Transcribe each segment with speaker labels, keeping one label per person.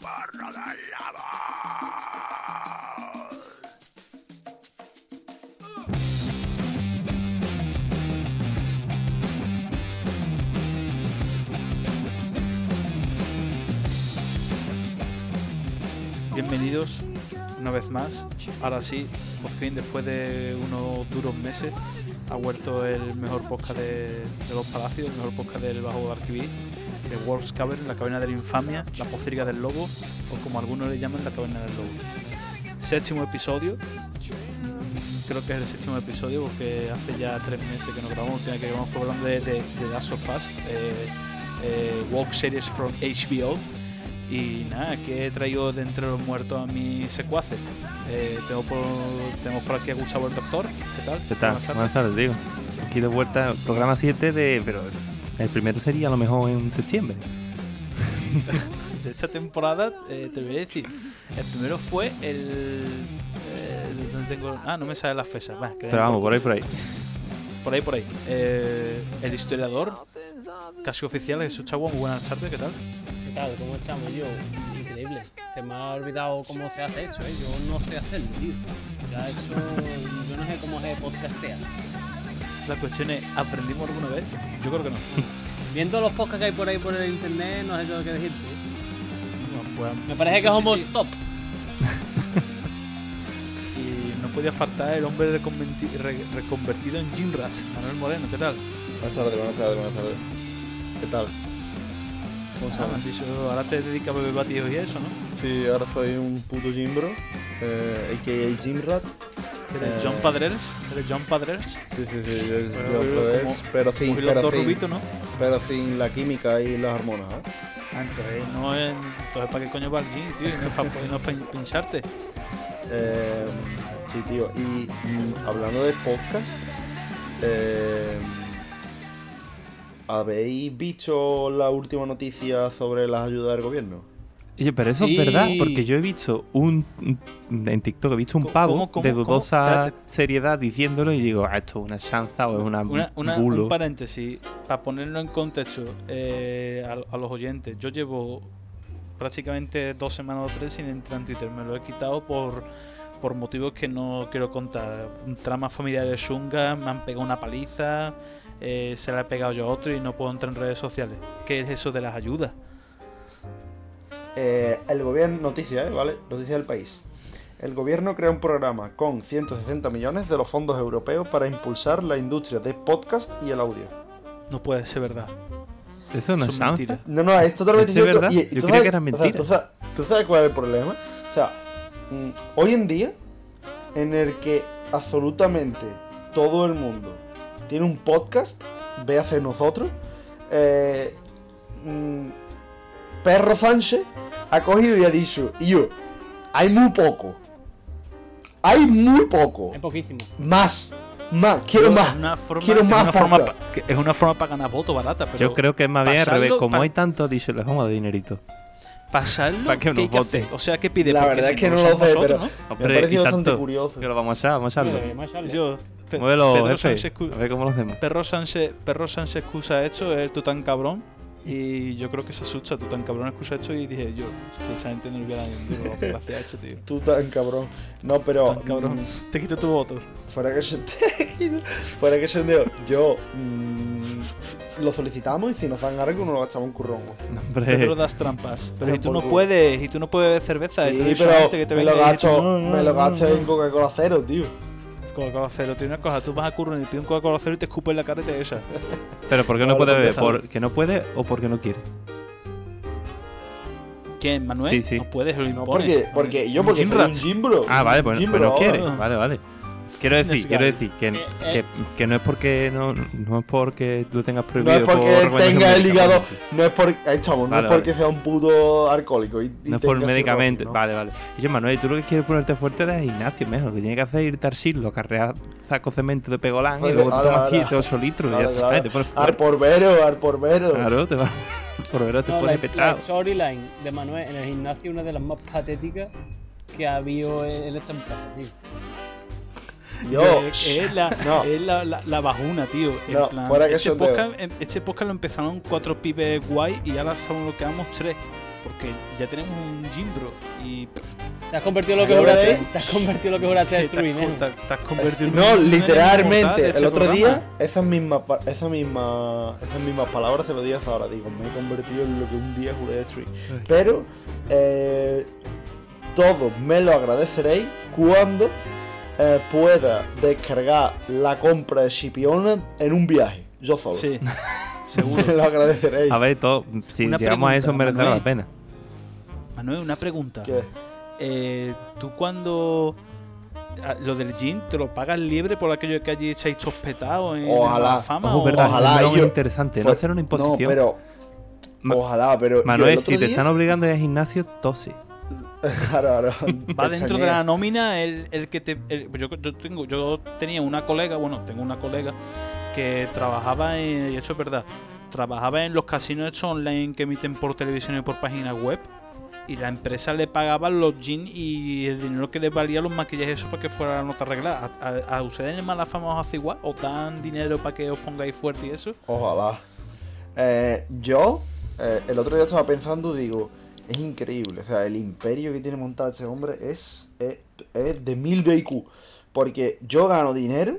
Speaker 1: barra de lava.
Speaker 2: Bienvenidos una vez más. Ahora sí, por fin, después de unos duros meses, ha vuelto el mejor podcast de, de los palacios, el mejor podcast del Bajo de Arquivir, de Wolf's Cavern, la caverna de la infamia, la pocerga del lobo, o como algunos le llaman, la caverna del lobo. Séptimo episodio, Mm, creo que es el séptimo episodio porque hace ya tres meses que no grabamos, tiene que grabamos fue hablando de, de, de Last of Us, eh, eh, Walk Series from HBO. Y nada, que he traído de entre los muertos a mis secuaces. Eh, tengo por, tenemos por aquí a Gustavo el Doctor. ¿Qué tal?
Speaker 3: ¿Qué tal?
Speaker 2: Buenas tardes.
Speaker 3: Buenas tardes, digo. Aquí de vuelta, programa 7 de. Pero el primero sería a lo mejor en septiembre.
Speaker 2: de esta temporada, eh, te voy a decir. El primero fue el. eh, no tengo- ah, no me sale la fecha. va, que-
Speaker 3: Pero vamos, por ahí, por ahí.
Speaker 2: por ahí, por ahí. Eh, el historiador, casi oficial, Jesús Chagua. Muy buenas tardes, ¿qué tal?
Speaker 4: ¿Qué tal? ¿Cómo estamos? Yo, increíble. Se me ha olvidado cómo se hace esto, ¿eh? Yo no sé hacerlo, tío. Ya eso, yo no sé cómo se podcastea.
Speaker 2: La cuestión es: ¿aprendimos alguna vez? Yo creo que no.
Speaker 4: Viendo los podcasts que hay por ahí por el internet, no sé yo qué decirte.
Speaker 2: No, pues,
Speaker 4: Me parece
Speaker 2: sí,
Speaker 4: que
Speaker 2: sí,
Speaker 4: somos
Speaker 2: sí.
Speaker 4: top.
Speaker 2: Y no podía faltar el hombre reconventi- re- reconvertido en Jim Rat, Manuel Moreno, ¿qué tal?
Speaker 5: Buenas tardes, buenas tardes, buenas tardes. ¿Qué tal?
Speaker 2: Ah,
Speaker 5: ¿Cómo
Speaker 2: me
Speaker 5: estás?
Speaker 2: han dicho, ahora te dedicas a beber batidos y eso, ¿no?
Speaker 5: Sí, ahora soy un puto Jimbro, eh, a.k.a. Jimrat.
Speaker 2: Eres
Speaker 5: Eh,
Speaker 2: John Padrels, eres John Padrels,
Speaker 5: Sí, sí, sí, yo,
Speaker 2: Bueno,
Speaker 5: yo
Speaker 2: pero
Speaker 5: puedo-
Speaker 2: como-
Speaker 5: pero sin,
Speaker 2: muy los
Speaker 5: pero
Speaker 2: dos
Speaker 5: sin,
Speaker 2: rubitos, ¿no?
Speaker 5: pero sin la química y las hormonas, ¿eh?
Speaker 2: Ah, entonces no es, entonces ¿para qué coño va el gym, tío? Y No es para, no es para pincharte.
Speaker 5: Eh, sí, tío. Y mm, hablando de podcast, eh, ¿habéis visto la última noticia sobre las ayudas del gobierno?
Speaker 3: Oye, pero eso
Speaker 4: Sí.
Speaker 3: es verdad, porque yo he visto un. un- En TikTok he visto un
Speaker 2: ¿Cómo,
Speaker 3: pavo
Speaker 2: cómo, cómo,
Speaker 3: de
Speaker 2: cómo?
Speaker 3: dudosa
Speaker 2: Espérate.
Speaker 3: seriedad diciéndolo y digo, ah, esto es una chanza o es una.
Speaker 2: Una, una-
Speaker 3: bulo.
Speaker 2: un paréntesis, para ponerlo en contexto eh, a, a los oyentes, yo llevo prácticamente dos semanas o tres sin entrar en Twitter, me lo he quitado por, por motivos que no quiero contar. Tramas familiares chungas, me han pegado una paliza, eh, se la he pegado yo a otro y no puedo entrar en redes sociales. ¿Qué es eso de las ayudas?
Speaker 5: Eh, el gobierno, noticia, ¿eh? ¿vale? Noticia del país. El gobierno crea un programa con 160 millones de los fondos europeos para impulsar la industria de podcast y el audio.
Speaker 2: No puede ser verdad.
Speaker 3: Eso no es
Speaker 2: son
Speaker 3: una chanza.
Speaker 2: mentiras.
Speaker 5: No, no, es totalmente
Speaker 3: ¿Es de
Speaker 5: cierto.
Speaker 3: Este, verdad?
Speaker 5: Y-
Speaker 3: Yo
Speaker 5: tú
Speaker 3: creía
Speaker 5: sabes-
Speaker 3: que eran
Speaker 5: o sea,
Speaker 3: mentiras.
Speaker 5: tú sa- ¿Tú sabes cuál es el problema? O sea, mm, hoy en día, en el que absolutamente todo el mundo tiene un podcast, véase nosotros, eh, mm, Perro Sánchez ha cogido y ha dicho, y yo, hay muy poco. Hay muy poco.
Speaker 4: Es poquísimo.
Speaker 5: Más. Más. Quiero
Speaker 2: Yo,
Speaker 5: más.
Speaker 2: Es una forma,
Speaker 5: Quiero
Speaker 2: es
Speaker 5: más
Speaker 2: una forma
Speaker 5: pasta.
Speaker 2: pa- que es una forma para ganar votos barata, pero
Speaker 3: yo creo que es más bien al
Speaker 2: pasarlo
Speaker 3: revés. Como
Speaker 2: pa-
Speaker 3: hay tanto, dicho, les vamos a dar dinerito.
Speaker 2: pasarlo
Speaker 3: para que
Speaker 2: ¿qué hay
Speaker 3: nos
Speaker 2: que
Speaker 3: voten.
Speaker 2: hacer? O sea, ¿qué pide?
Speaker 5: La
Speaker 2: Porque
Speaker 5: verdad
Speaker 2: si
Speaker 5: es que no
Speaker 2: somos
Speaker 5: lo sé,
Speaker 2: nosotros,
Speaker 5: pero-
Speaker 2: ¿no?
Speaker 5: Me ha
Speaker 3: Hombre, y
Speaker 5: parecido bastante
Speaker 3: tanto.
Speaker 5: curioso.
Speaker 3: Que lo vamos a echar, vamos a echarlo.
Speaker 4: Eh, Más sale.
Speaker 2: Yo, Pe-
Speaker 3: Muévelo,
Speaker 2: Pedro
Speaker 3: jefe.
Speaker 2: Sánchez Cu-
Speaker 3: A ver cómo lo hacemos.
Speaker 2: Perro Sánchez, Perro Sánchez excusa esto, es tú tan cabrón. Y yo creo que se asusta, tú tan cabrón excusa esto. Y dije yo, sinceramente no le voy a dar ni un duro gracias a este tío.
Speaker 5: Tú tan cabrón. No, pero.
Speaker 2: Tan cabrón,
Speaker 5: mm,
Speaker 2: te quito tu voto.
Speaker 5: Fuera que se Fuera que se Yo. mm, lo solicitamos y si nos dan algo, nos lo gastamos un currón. güey.
Speaker 2: Pedro
Speaker 3: Hombre,
Speaker 2: das trampas. Pero
Speaker 5: Pero
Speaker 2: y tú
Speaker 5: por
Speaker 2: no
Speaker 5: culo.
Speaker 2: puedes, y tú no puedes beber cerveza. y tú
Speaker 5: Sí,
Speaker 2: dices
Speaker 5: pero.
Speaker 2: solamente que te
Speaker 5: me, lo
Speaker 2: venga y dices,
Speaker 5: gasto,
Speaker 2: "No, no,
Speaker 5: me lo
Speaker 2: no,
Speaker 5: gasto
Speaker 2: no".
Speaker 5: en Coca-Cola cero, tío.
Speaker 2: Coca-Cola cero, tiene una cosa, tú vas a curro y pides un Coca-Cola cero y te escupen la cara y te esa.
Speaker 3: pero ¿por qué no
Speaker 5: Ahora
Speaker 3: puede
Speaker 5: te
Speaker 3: beber?
Speaker 5: empezamos.
Speaker 3: ¿Porque no puede o porque no quiere?
Speaker 2: ¿Quién? ¿Manuel?
Speaker 3: Sí, sí.
Speaker 2: No puedes, lo
Speaker 5: No,
Speaker 2: impone.
Speaker 5: porque, porque yo,
Speaker 2: Un
Speaker 5: porque soy
Speaker 2: gym rat.
Speaker 5: un gimbro.
Speaker 3: Ah, vale, pues, pues no quiere.
Speaker 2: ahora.
Speaker 3: Vale, vale. Quiero
Speaker 2: Fitness
Speaker 3: decir, quiero
Speaker 2: guy.
Speaker 3: decir que,
Speaker 4: Eh,
Speaker 3: que,
Speaker 4: eh.
Speaker 3: que no es porque no, no es porque lo tengas
Speaker 5: No
Speaker 3: prohibido.
Speaker 5: es porque
Speaker 3: por
Speaker 5: tenga
Speaker 3: recomendación
Speaker 5: el hígado.
Speaker 3: médica,
Speaker 5: No es porque. ahí estamos, no
Speaker 3: Vale,
Speaker 5: es porque sea un puto alcohólico. Y, y
Speaker 3: No es por
Speaker 5: tenga
Speaker 3: medicamento.
Speaker 5: cirrosis, ¿no?
Speaker 3: Vale, vale. Oye, Manuel, tú lo que quieres ponerte fuerte eres Ignacio, mejor. Lo que tiene que hacer es irte al silo, acarrear saco cemento de pegolán y
Speaker 5: Oye,
Speaker 3: luego te
Speaker 5: ahora,
Speaker 3: tomas
Speaker 5: ahora.
Speaker 3: 7 8 litros. y
Speaker 5: Claro,
Speaker 3: ya sabes,
Speaker 5: claro.
Speaker 3: te pones
Speaker 5: Al
Speaker 3: fuerte.
Speaker 5: porvero, al porvero.
Speaker 3: Claro, te vas. Por verlo te
Speaker 4: No, la,
Speaker 3: pones
Speaker 4: la
Speaker 3: petado.
Speaker 4: storyline de Manuel en el gimnasio es una de las más patéticas que ha habido en esta empresa, tío.
Speaker 5: Yo.
Speaker 3: eh,
Speaker 2: Es es la,
Speaker 5: No.
Speaker 2: es la, la, la bajuna, tío. En
Speaker 5: No,
Speaker 2: plan,
Speaker 5: fuera que
Speaker 2: este,
Speaker 5: sondeo.
Speaker 2: podcast, em- este podcast lo empezaron cuatro pibes guay y ahora somos lo que damos tres. Porque ya tenemos un Jimbro y
Speaker 4: Te has convertido en lo que
Speaker 5: Ahora
Speaker 4: juraste.
Speaker 5: sí.
Speaker 4: Te has convertido en lo que juraste
Speaker 2: Sí,
Speaker 4: destruir,
Speaker 2: te has-
Speaker 4: ¿eh?
Speaker 2: te- te has convertido en un
Speaker 5: No,
Speaker 2: enemigo mortal
Speaker 5: literalmente,
Speaker 2: de
Speaker 5: el
Speaker 2: este
Speaker 5: otro día,
Speaker 2: programa.
Speaker 5: esas mismas pa- esas mismas esas mismas palabras se lo dije ahora. Digo, me he convertido en lo que un día juré destruir. Pero eh, todos me lo agradeceréis cuando eh, pueda descargar la compra de Shipiona en un viaje, yo solo.
Speaker 2: Sí, seguro.
Speaker 5: Me lo agradeceréis.
Speaker 3: A ver, todo, si
Speaker 2: Una
Speaker 3: llegamos a eso
Speaker 2: pregunta,
Speaker 3: merecerá la
Speaker 2: Manuel.
Speaker 3: pena.
Speaker 2: Manuel, una pregunta.
Speaker 5: ¿Qué?
Speaker 2: Eh, ¿Tú cuando a- lo del gin te lo pagas libre por aquello de que allí seis sospetados en
Speaker 5: Ojalá.
Speaker 2: la fama?
Speaker 3: Ojo,
Speaker 2: o-
Speaker 3: verdad,
Speaker 5: ojalá
Speaker 3: ojalá
Speaker 5: yo-
Speaker 3: interesante, no
Speaker 5: Fue-
Speaker 3: hacer una imposición.
Speaker 5: No, pero.
Speaker 3: Ma-
Speaker 5: ojalá, pero. yo el
Speaker 3: Manuel,
Speaker 5: otro
Speaker 3: si te
Speaker 5: día-
Speaker 3: están obligando a ir al gimnasio, tose.
Speaker 5: Claro, claro,
Speaker 2: Va dentro de
Speaker 5: pestañeo.
Speaker 2: la nómina el, el que te. el- yo, yo tengo, yo tenía una colega, bueno, tengo una colega que trabajaba en. Y eso es verdad. Trabajaba en los casinos estos online que emiten por televisión y por páginas web. Y la empresa le pagaba los jeans y el dinero que les valía los maquillajes, eso para que fuera la nota arreglada. ¿A, a, a ustedes en mala fama os hace igual? ¿O dan dinero para que os pongáis fuerte y eso?
Speaker 5: Ojalá. Eh, yo, eh, el otro día estaba pensando, digo, es increíble. O sea, el imperio que tiene montado ese hombre es, es, es de mil de IQ. Porque yo gano dinero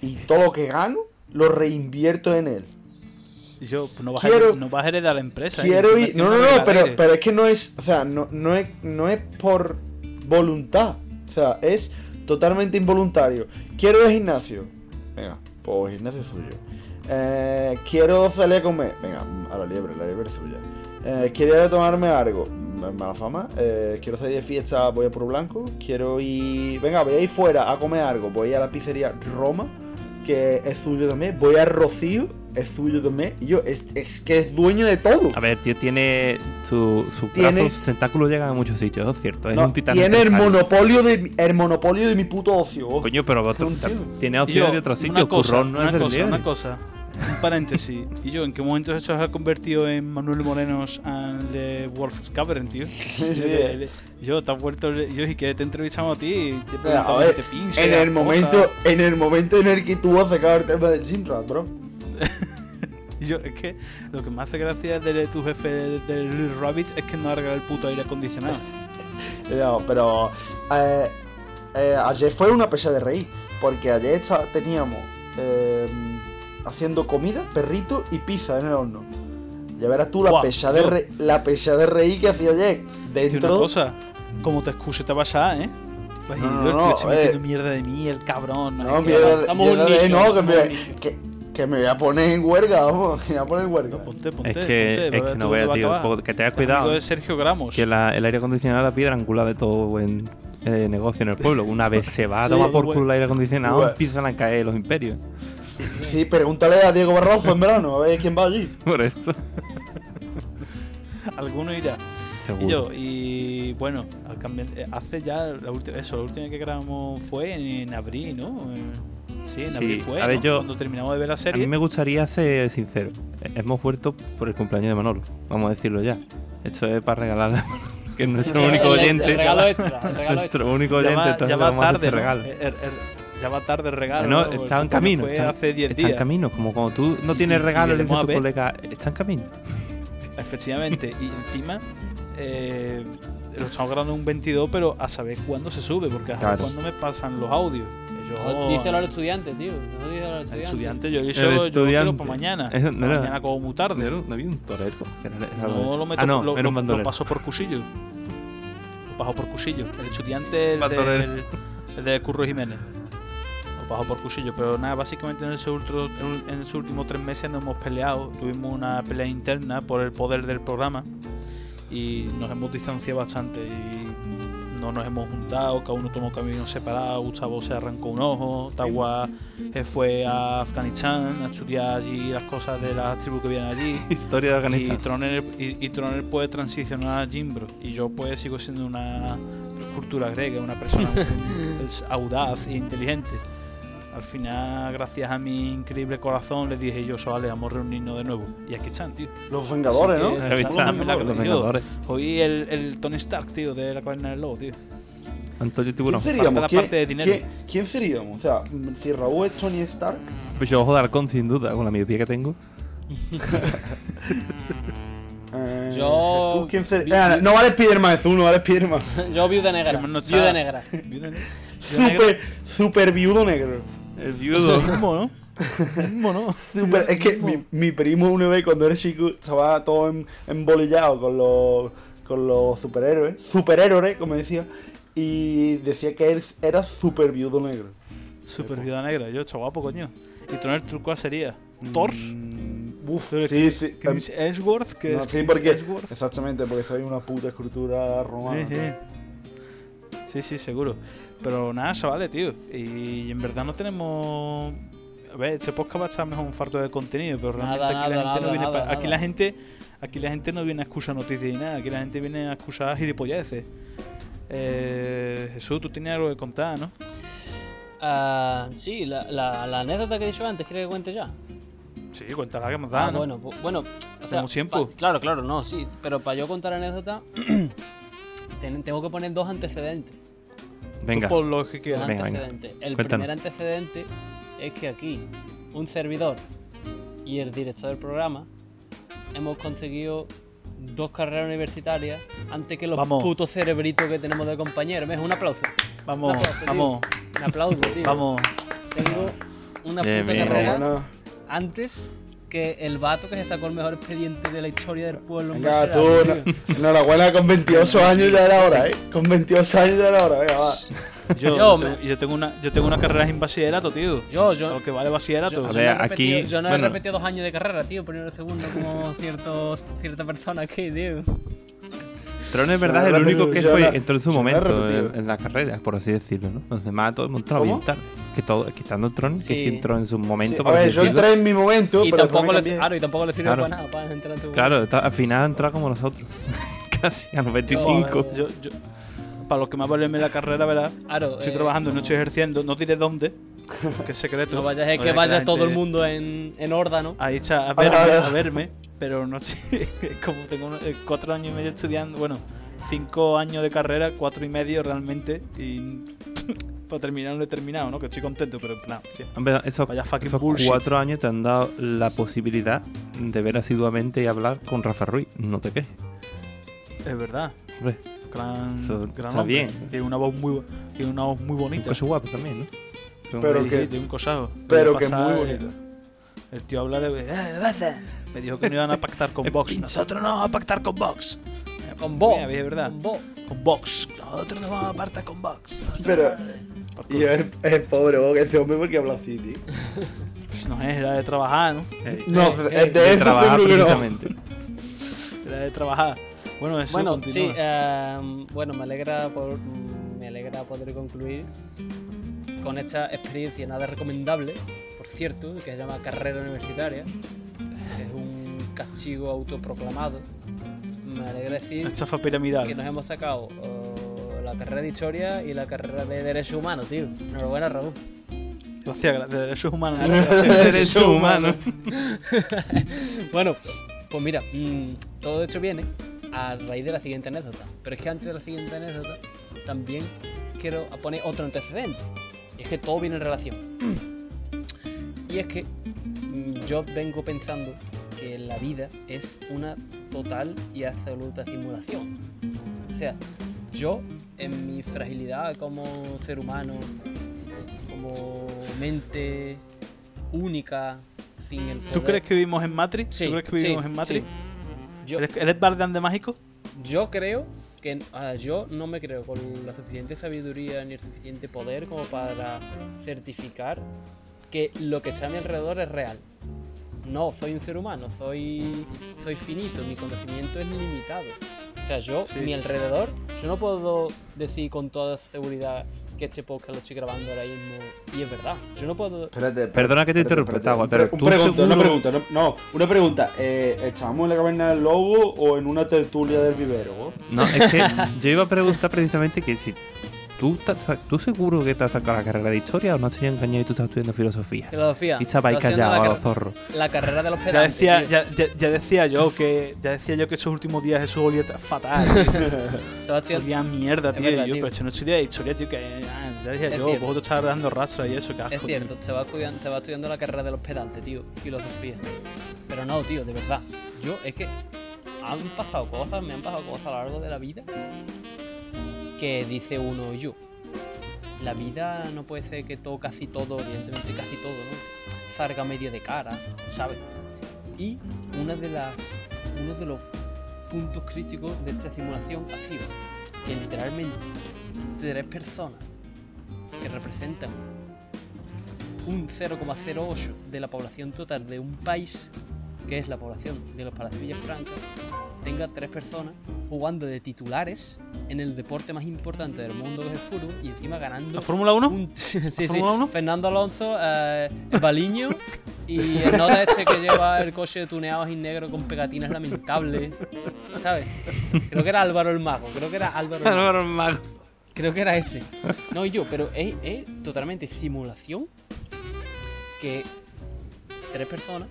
Speaker 5: y todo lo que gano lo reinvierto en él.
Speaker 2: Y yo, pues no vas,
Speaker 5: Quiero-
Speaker 2: a, no vas a heredar la empresa. ¿eh?
Speaker 5: Quiero ir.
Speaker 2: Encima
Speaker 5: No, no,
Speaker 2: estoy
Speaker 5: no,
Speaker 2: en el
Speaker 5: pero,
Speaker 2: aire.
Speaker 5: pero es que no es. O sea, no, no, es, no es por voluntad. O sea, es totalmente involuntario. Quiero ir al gimnasio. Venga, pues gimnasio es suyo. Eh, quiero salir a comer. Venga, a la liebre, la liebre es suya. Eh, quiero ir a tomarme algo. mm, Mala fama. Eh, quiero salir de fiesta, voy a Puro Blanco. Quiero ir. Venga, voy a ir fuera a comer algo. Voy a la pizzería Roma, que es suyo también. Voy a Rocío, es suyo también. Y yo, es, es que es dueño de todo.
Speaker 3: A ver, tío, tiene su, su
Speaker 5: Tiene-
Speaker 3: brazo, sus tentáculos llegan a muchos sitios, es cierto. Es
Speaker 5: No,
Speaker 3: un titán
Speaker 5: tiene el
Speaker 3: empresario.
Speaker 5: monopolio, de, mi- el monopolio de mi puto ocio. oh.
Speaker 3: Coño, pero otro-
Speaker 5: Es un tío.
Speaker 3: tiene
Speaker 2: Y yo,
Speaker 3: opciones de otros
Speaker 2: una
Speaker 3: sitios.
Speaker 2: cosa,
Speaker 3: Currón no
Speaker 2: una
Speaker 3: es del eh.
Speaker 2: cosa,
Speaker 3: líder.
Speaker 2: Una cosa, un paréntesis. ¿Y yo en qué momento eso se ha convertido en Manuel Morenos and the Wolf's Cavern, tío?
Speaker 5: Sí, sí.
Speaker 2: Eh, Yo, te has vuelto... el- Yo, si quieres te entrevistamos a ti y te
Speaker 5: O sea,
Speaker 2: preguntamos
Speaker 5: a
Speaker 2: qué
Speaker 5: ver,
Speaker 2: te pinche,
Speaker 5: en
Speaker 2: las
Speaker 5: el momento,
Speaker 2: cosas.
Speaker 5: en el momento en el que tú vas a sacar el tema del Jinrat, bro.
Speaker 2: Y yo, es que lo que me hace gracia de tu jefe del Rabbit es que no arregla el puto aire acondicionado.
Speaker 5: No, pero eh, eh, ayer fue una pesa de reír, porque ayer esta- teníamos eh, haciendo comida, perrito y pizza en el horno. Ya verás tú la
Speaker 2: Guau,
Speaker 5: pesa de
Speaker 2: yo-
Speaker 5: re- la pesa de reír que hacía ayer
Speaker 2: Y una
Speaker 5: dentro.
Speaker 2: cosa, como te excuse te vas a, ¿eh? Pues,
Speaker 5: No,
Speaker 2: y
Speaker 5: no,
Speaker 2: yo, el tío
Speaker 5: no,
Speaker 2: se
Speaker 5: a
Speaker 2: metiendo
Speaker 5: ver.
Speaker 2: mierda de mí, el cabrón.
Speaker 5: No,
Speaker 2: sé qué.
Speaker 5: mierda de-
Speaker 4: Estamos un
Speaker 5: mierda
Speaker 4: nicho,
Speaker 5: de- no, que
Speaker 4: estamos un
Speaker 5: me,
Speaker 4: nicho.
Speaker 5: que, que me voy a poner en huelga, vamos, que me voy a poner en huelga.
Speaker 2: No, ponte, ponte,
Speaker 3: Es
Speaker 2: ponte,
Speaker 3: que,
Speaker 2: va a ver
Speaker 3: es que
Speaker 2: tú
Speaker 3: no
Speaker 2: dónde
Speaker 3: veas,
Speaker 2: este va a
Speaker 3: tío.
Speaker 2: acabar. Este
Speaker 3: po- Que tengas
Speaker 2: Amigo
Speaker 3: cuidado. ¿eh?
Speaker 2: de Sergio Gramos.
Speaker 3: Que la- el aire acondicionado es la piedra angular de todo buen eh, negocio en el pueblo. Una vez se va a
Speaker 5: Sí,
Speaker 3: tomar por
Speaker 2: güey.
Speaker 3: culo el aire acondicionado,
Speaker 5: Güey.
Speaker 3: empiezan a caer los imperios.
Speaker 5: Sí, pregúntale a Diego Barroso en verano, a ver quién va allí.
Speaker 3: Por eso.
Speaker 2: Alguno irá.
Speaker 3: Seguro.
Speaker 2: Y yo, y bueno, al cambiar- eh, hace ya la última, eso, la última que grabamos fue en, en abril, ¿no? Eh, Sí, en
Speaker 3: Sí,
Speaker 2: abril fue.
Speaker 3: a ver,
Speaker 2: ¿no?
Speaker 3: yo-
Speaker 2: Cuando terminamos de ver la
Speaker 3: a
Speaker 2: serie.
Speaker 3: mí me gustaría ser sincero. Hemos vuelto por el cumpleaños de Manolo. Vamos a decirlo ya. Esto es para regalarle a Manolo, que es nuestro único
Speaker 4: El- el- el
Speaker 3: oyente.
Speaker 4: regalo extra, el
Speaker 3: Es
Speaker 4: regalo
Speaker 3: nuestro único
Speaker 2: ya
Speaker 3: oyente.
Speaker 2: va,
Speaker 3: entonces
Speaker 2: ya
Speaker 3: le
Speaker 2: va
Speaker 3: vamos a hacer
Speaker 2: tarde.
Speaker 3: este
Speaker 2: ¿no?
Speaker 3: regalo.
Speaker 2: Eh, eh, eh, ya va tarde el regalo.
Speaker 3: no,
Speaker 2: ¿no?
Speaker 3: está en
Speaker 2: Porque
Speaker 3: camino.
Speaker 2: Fue
Speaker 3: Está,
Speaker 2: hace 10
Speaker 3: está en
Speaker 2: días.
Speaker 3: camino. Como cuando tú no
Speaker 2: Y-
Speaker 3: tienes
Speaker 2: y- y
Speaker 3: regalo, le dices
Speaker 2: veremos
Speaker 3: a tu
Speaker 2: a ver.
Speaker 3: colega, está en camino.
Speaker 2: Efectivamente. Y encima, eh, lo estamos grabando un 22, pero a saber cuándo se sube, porque a saber
Speaker 3: Claro.
Speaker 2: cuándo me pasan los audios. Que Yo,
Speaker 4: Díselo al estudiante, tío. No díselo al
Speaker 2: al
Speaker 4: estudiante.
Speaker 2: estudiante, yo le
Speaker 3: El
Speaker 2: yo lo quiero
Speaker 3: estudiante.
Speaker 2: para mañana.
Speaker 3: Es-
Speaker 2: Pa'
Speaker 3: no, no.
Speaker 2: mañana como muy tarde.
Speaker 3: No, no había un torero. que era- era
Speaker 2: No lo meto,
Speaker 3: ah, no,
Speaker 2: lo,
Speaker 3: era un
Speaker 2: lo- lo
Speaker 3: bandolero.
Speaker 2: paso por cuchillo. Lo paso por cuchillo. El estudiante, el,
Speaker 3: Bandolero.
Speaker 2: del- el de Curro Jiménez. Lo paso por cuchillo. Pero nada, básicamente en esos ultro- en esos últimos tres meses nos hemos peleado. Tuvimos una pelea interna por el poder del programa. Y nos hemos distanciado bastante. Y no nos hemos juntado. Cada uno tomó caminos separados. Gustavo se arrancó un ojo. Tawa eh, fue a Afganistán a estudiar allí las cosas de las tribus que vienen allí.
Speaker 3: Historia de
Speaker 2: Y
Speaker 3: organización.
Speaker 2: Troner, y, y Troner puede transicionar a Jimbro. Y yo pues sigo siendo una cultura griega, una persona muy- es audaz e inteligente. Al final, gracias a mi increíble corazón, les dije yo, vale, vamos a reunirnos de nuevo. Y aquí están, tío.
Speaker 5: Los Vengadores,
Speaker 2: Así
Speaker 5: ¿no?
Speaker 2: que-
Speaker 3: Ahí está,
Speaker 2: Los Vengadores.
Speaker 3: los Vengadores.
Speaker 2: Hoy el, el Tony Stark, tío, de la cadena del lobo, tío.
Speaker 3: Antonio
Speaker 5: ¿Quién
Speaker 3: Tiburón.
Speaker 5: seríamos?
Speaker 2: falta la
Speaker 5: ¿Quién,
Speaker 2: parte de dinero.
Speaker 5: quién- quién seríamos? O sea, mm, si Raúl es Tony Stark,
Speaker 3: Pues yo ojo de halcón, sin duda, con la miopía que tengo.
Speaker 5: eh, eh,
Speaker 4: Yo-
Speaker 5: Jesús, ¿quién se-
Speaker 4: vi-
Speaker 5: Ah,
Speaker 4: vi-
Speaker 5: no vale Spiderman, Jesús, no vale Spiderman.
Speaker 4: Yo viuda negra.
Speaker 2: Spiderman no está.
Speaker 4: Viuda negra.
Speaker 2: Viuda Negra. Viuda Negra.
Speaker 5: Super, super viudo negro.
Speaker 3: El viudo.
Speaker 2: Mismo, ¿no? Mismo, ¿no?
Speaker 5: Super- es que mi, mi primo una vez cuando era chico estaba todo em- embolillado con los, con los superhéroes. Superhéroes, como decía. Y decía que él era super viudo negro.
Speaker 2: Super Viuda Negra. Yo, está guapo, coño. Y Troner Turquoise sería Thor.
Speaker 5: Mm, uf,
Speaker 2: Pero
Speaker 5: sí, sí. em,
Speaker 2: Chris Ashworth, que
Speaker 5: no,
Speaker 2: es
Speaker 5: sí,
Speaker 2: Chris
Speaker 5: porque,
Speaker 2: Ashworth.
Speaker 5: exactamente, porque soy una puta escultura romana.
Speaker 2: Ejé. Sí, sí, seguro. Pero nada, chavales, tío. Y en verdad no tenemos. A ver, este podcast va a estar mejor un farto de contenido, pero
Speaker 4: Nada,
Speaker 2: realmente aquí, la,
Speaker 4: nada,
Speaker 2: gente no
Speaker 4: nada,
Speaker 2: viene pa-
Speaker 4: nada,
Speaker 2: aquí
Speaker 4: nada.
Speaker 2: la gente. Aquí la gente no viene a excusar noticias ni nada, aquí la gente viene a excusar gilipolleces. Eh, Jesús, tú tienes algo que contar, ¿no?
Speaker 4: Ah, sí, la, la, la anécdota que he dicho antes, ¿quieres que cuente ya?
Speaker 2: Sí, cuéntala que más da,
Speaker 4: Ah,
Speaker 2: ¿no?
Speaker 4: bueno, bu- bueno. o sea,
Speaker 2: Tenemos tiempo.
Speaker 4: pa- claro, claro, no, sí. Pero para yo contar anécdota, ten- tengo que poner dos antecedentes.
Speaker 3: Venga.
Speaker 2: Por lo que
Speaker 4: Dos
Speaker 2: quieras.
Speaker 3: Venga, venga.
Speaker 4: antecedentes. El
Speaker 3: Cuéntanos.
Speaker 4: primer antecedente es que aquí, un servidor y el director del programa hemos conseguido dos carreras universitarias antes que los
Speaker 2: Vamos.
Speaker 4: putos cerebritos que tenemos de compañeros. Es un aplauso.
Speaker 2: Vamos,
Speaker 4: Un aplauso, tío.
Speaker 2: vamos,
Speaker 4: Un aplauso, tío.
Speaker 2: vamos.
Speaker 4: Tengo una
Speaker 3: Bien,
Speaker 4: puta
Speaker 5: Eh,
Speaker 3: bien.
Speaker 4: carrera.
Speaker 5: Romana.
Speaker 4: antes que el vato que se sacó el mejor expediente de la historia del pueblo.
Speaker 5: Venga,
Speaker 4: Maserati,
Speaker 5: tú,
Speaker 4: tío.
Speaker 5: ena- enhorabuena, con 28 años ya era hora, ¿eh? Con 28 años ya era hora, venga, va.
Speaker 2: Yo,
Speaker 4: Yo
Speaker 2: yo,
Speaker 4: me-
Speaker 2: tengo, yo tengo una, yo tengo una carrera sin bachillerato, tío.
Speaker 4: Yo, yo.
Speaker 2: Lo que vale
Speaker 4: Yo,
Speaker 2: bachillerato.
Speaker 4: yo
Speaker 3: A
Speaker 4: no
Speaker 3: ver,
Speaker 4: he repetido-
Speaker 3: aquí,
Speaker 4: yo no
Speaker 3: bueno.
Speaker 4: he repetido dos años de carrera, tío, primero y segundo, como cierto, cierta persona aquí, tío.
Speaker 3: Tron es verdad
Speaker 5: Yo
Speaker 3: el
Speaker 5: no he
Speaker 3: único que
Speaker 5: repetido, yo
Speaker 3: fue
Speaker 5: no-
Speaker 3: entró en su
Speaker 5: yo no he
Speaker 3: momento
Speaker 5: repetido.
Speaker 3: en, en la carrera, por así decirlo, ¿no? Los demás todos hemos entrado
Speaker 5: ¿Cómo?
Speaker 3: bien tarde. Que todo, quitando Tron, que sí
Speaker 4: Sí.
Speaker 3: entró en su momento,
Speaker 5: Sí, a
Speaker 3: por
Speaker 5: ver,
Speaker 3: así
Speaker 5: yo
Speaker 3: decirlo.
Speaker 5: entré en mi momento,
Speaker 4: Y
Speaker 5: pero después
Speaker 4: tampoco,
Speaker 5: me
Speaker 4: le,
Speaker 5: cambié.
Speaker 4: claro, y tampoco le sirve
Speaker 3: Claro.
Speaker 4: para nada, para entrar en tu...
Speaker 3: Claro, está- al final ha entrado como nosotros. Casi a los 25.
Speaker 2: Yo, yo, para los que más valen la carrera, verás.
Speaker 4: Claro,
Speaker 2: Estoy
Speaker 4: eh,
Speaker 2: trabajando, no
Speaker 4: no-
Speaker 2: estoy ejerciendo, no diré dónde, que es secreto.
Speaker 4: No vayas, es
Speaker 2: No
Speaker 4: que
Speaker 2: vaya la
Speaker 4: vaya
Speaker 2: gente Ah,
Speaker 4: todo el mundo en, en horda, ¿no?
Speaker 2: Ahí está, a verme, a verme, pero no sé, como tengo unos- eh, cuatro años y medio estudiando, bueno, cinco años de carrera, cuatro y medio realmente, y para terminar no he terminado, ¿no? Que estoy contento, pero nada, sí.
Speaker 3: Hombre, esos,
Speaker 2: Vaya fucking
Speaker 3: esos
Speaker 2: bullshit.
Speaker 3: cuatro años te han dado la posibilidad de ver asiduamente y hablar con Rafa Ruiz. No te quejes.
Speaker 2: es verdad.
Speaker 3: Hombre,
Speaker 2: Gran,
Speaker 3: Eso
Speaker 2: gran
Speaker 3: está
Speaker 2: hombre.
Speaker 3: bien.
Speaker 2: Tiene una voz muy, bu- tiene una voz muy bonita.
Speaker 3: es guapo también, ¿no? Son-
Speaker 5: Pero
Speaker 2: Sí,
Speaker 5: que-
Speaker 2: sí, tiene un cosajo.
Speaker 5: pero
Speaker 2: Le
Speaker 5: que
Speaker 2: pasa,
Speaker 5: muy
Speaker 2: eh,
Speaker 5: bonito.
Speaker 2: El tío habla de. "Eh, Baza". Me dijo que no iban a pactar con Vox. Nosotros no vamos a pactar con Vox.
Speaker 4: Con vos.
Speaker 2: Mira, es verdad.
Speaker 4: Con vos.
Speaker 2: Con Vox. Nosotros no vamos a pactar con Vox. Nosotros
Speaker 5: Pero-
Speaker 2: no- Por
Speaker 5: Y
Speaker 2: culo.
Speaker 5: el, el pobre Bob, ese hombre, porque habla así, tío.
Speaker 2: Pues no es, era de trabajar, ¿no?
Speaker 3: eh,
Speaker 5: No,
Speaker 4: eh,
Speaker 5: de,
Speaker 4: eh,
Speaker 5: de
Speaker 3: de
Speaker 5: eso
Speaker 3: trabajar
Speaker 5: seguro que no.
Speaker 3: precisamente.
Speaker 2: Era de trabajar. Bueno, eso
Speaker 4: Bueno, sí,
Speaker 2: continúa.
Speaker 4: eh, bueno, me alegra, por- me alegra poder concluir con esta experiencia nada recomendable, por cierto, que se llama carrera universitaria. que Es un castigo autoproclamado. Me alegra
Speaker 2: Una
Speaker 4: decir
Speaker 2: Estafa
Speaker 4: que
Speaker 2: piramidal.
Speaker 4: nos hemos sacado eh, la carrera de historia y la carrera de derechos humanos, tío. Enhorabuena, Raúl.
Speaker 2: Gracias, gra- de derechos humanos.
Speaker 4: Ah,
Speaker 3: Derecho humano.
Speaker 4: Bueno, pues mira, mm, todo esto viene a raíz de la siguiente anécdota. Pero es que antes de la siguiente anécdota también quiero poner otro antecedente. Y es que todo viene en relación. Y es que mm, yo vengo pensando que la vida es una total y absoluta simulación. O sea, yo en mi fragilidad como ser humano, como mente única, sin el
Speaker 2: ¿Tú
Speaker 4: poder-
Speaker 2: crees que vivimos en Matrix?
Speaker 4: Sí,
Speaker 2: ¿Tú crees que
Speaker 4: sí,
Speaker 2: vivimos en Matrix?
Speaker 4: sí. Yo,
Speaker 2: ¿Eres, eres Bardan de mágico?
Speaker 4: yo creo que ah, yo no me creo con la suficiente sabiduría ni el suficiente poder como para certificar que lo que está a mi alrededor es real. No, soy un ser humano, soy, soy finito, mi conocimiento es limitado. O sea, yo,
Speaker 2: Sí.
Speaker 4: mi alrededor, yo no puedo decir con toda seguridad que este podcast lo estoy grabando ahora mismo y es verdad. Yo no puedo...
Speaker 5: Espérate,
Speaker 3: Perdona que te
Speaker 5: espérate,
Speaker 3: interrumpa,
Speaker 5: espérate.
Speaker 3: Tago,
Speaker 5: Un
Speaker 3: pero
Speaker 5: pre- un
Speaker 3: tú
Speaker 5: pregunta, una
Speaker 3: seguro-
Speaker 5: pregunta, no, no, una pregunta. Eh, ¿Estamos en la caverna del lobo o en una tertulia del vivero?
Speaker 3: No, es que yo iba a preguntar precisamente que si tú, te has sa- tú seguro que te has sacado la carrera de historia o no te has engañado y tú estás estudiando filosofía.
Speaker 4: Filosofía.
Speaker 3: Y estabais
Speaker 4: lo haciendo
Speaker 3: callados a
Speaker 4: la,
Speaker 3: los
Speaker 4: car-
Speaker 3: zorros.
Speaker 4: la carrera de los
Speaker 2: Ya
Speaker 4: pedantes.
Speaker 2: decía,
Speaker 4: tío.
Speaker 2: ya, ya- ya decía yo que ya decía yo que esos últimos días eso olía t- fatal.
Speaker 4: Sebastián,
Speaker 2: Olía a mierda,
Speaker 4: Es
Speaker 2: tío. Y
Speaker 4: verdad,
Speaker 2: yo,
Speaker 4: tío.
Speaker 2: pero esto no estudia historia, tío. Que, ah, ya decía
Speaker 4: Es
Speaker 2: yo,
Speaker 4: cierto.
Speaker 2: vosotros estabas dando rastra y eso, que asco.
Speaker 4: Es
Speaker 2: tío.
Speaker 4: cierto, se va, estudiando, se va estudiando la carrera de los pedantes, tío. Filosofía. Pero no, tío, de verdad. Yo, es que han pasado cosas, me han pasado cosas a lo largo de la vida que dice uno yo. La vida no puede ser que todo, casi todo, evidentemente casi todo, ¿no? Zarga medio de cara, ¿sabes? Y una de las, uno de los puntos críticos de esta simulación ha sido que literalmente tres personas que representan un 0,08 de la población total de un país, que es la población de los Palacios Francas, tenga tres personas jugando de titulares en el deporte más importante del mundo que es el fútbol y encima ganando.
Speaker 2: ¿La Fórmula 1?
Speaker 4: un- sí, sí,
Speaker 2: Fórmula uno?
Speaker 4: Fernando Alonso, eh, Baliño y el nota este que lleva el coche tuneado y negro con pegatinas lamentables, ¿sabes? Creo que era Álvaro el Mago, creo que era Álvaro el Mago.
Speaker 3: Álvaro Mago.
Speaker 4: Creo que era ese. No, y yo, pero es, es totalmente simulación que tres personas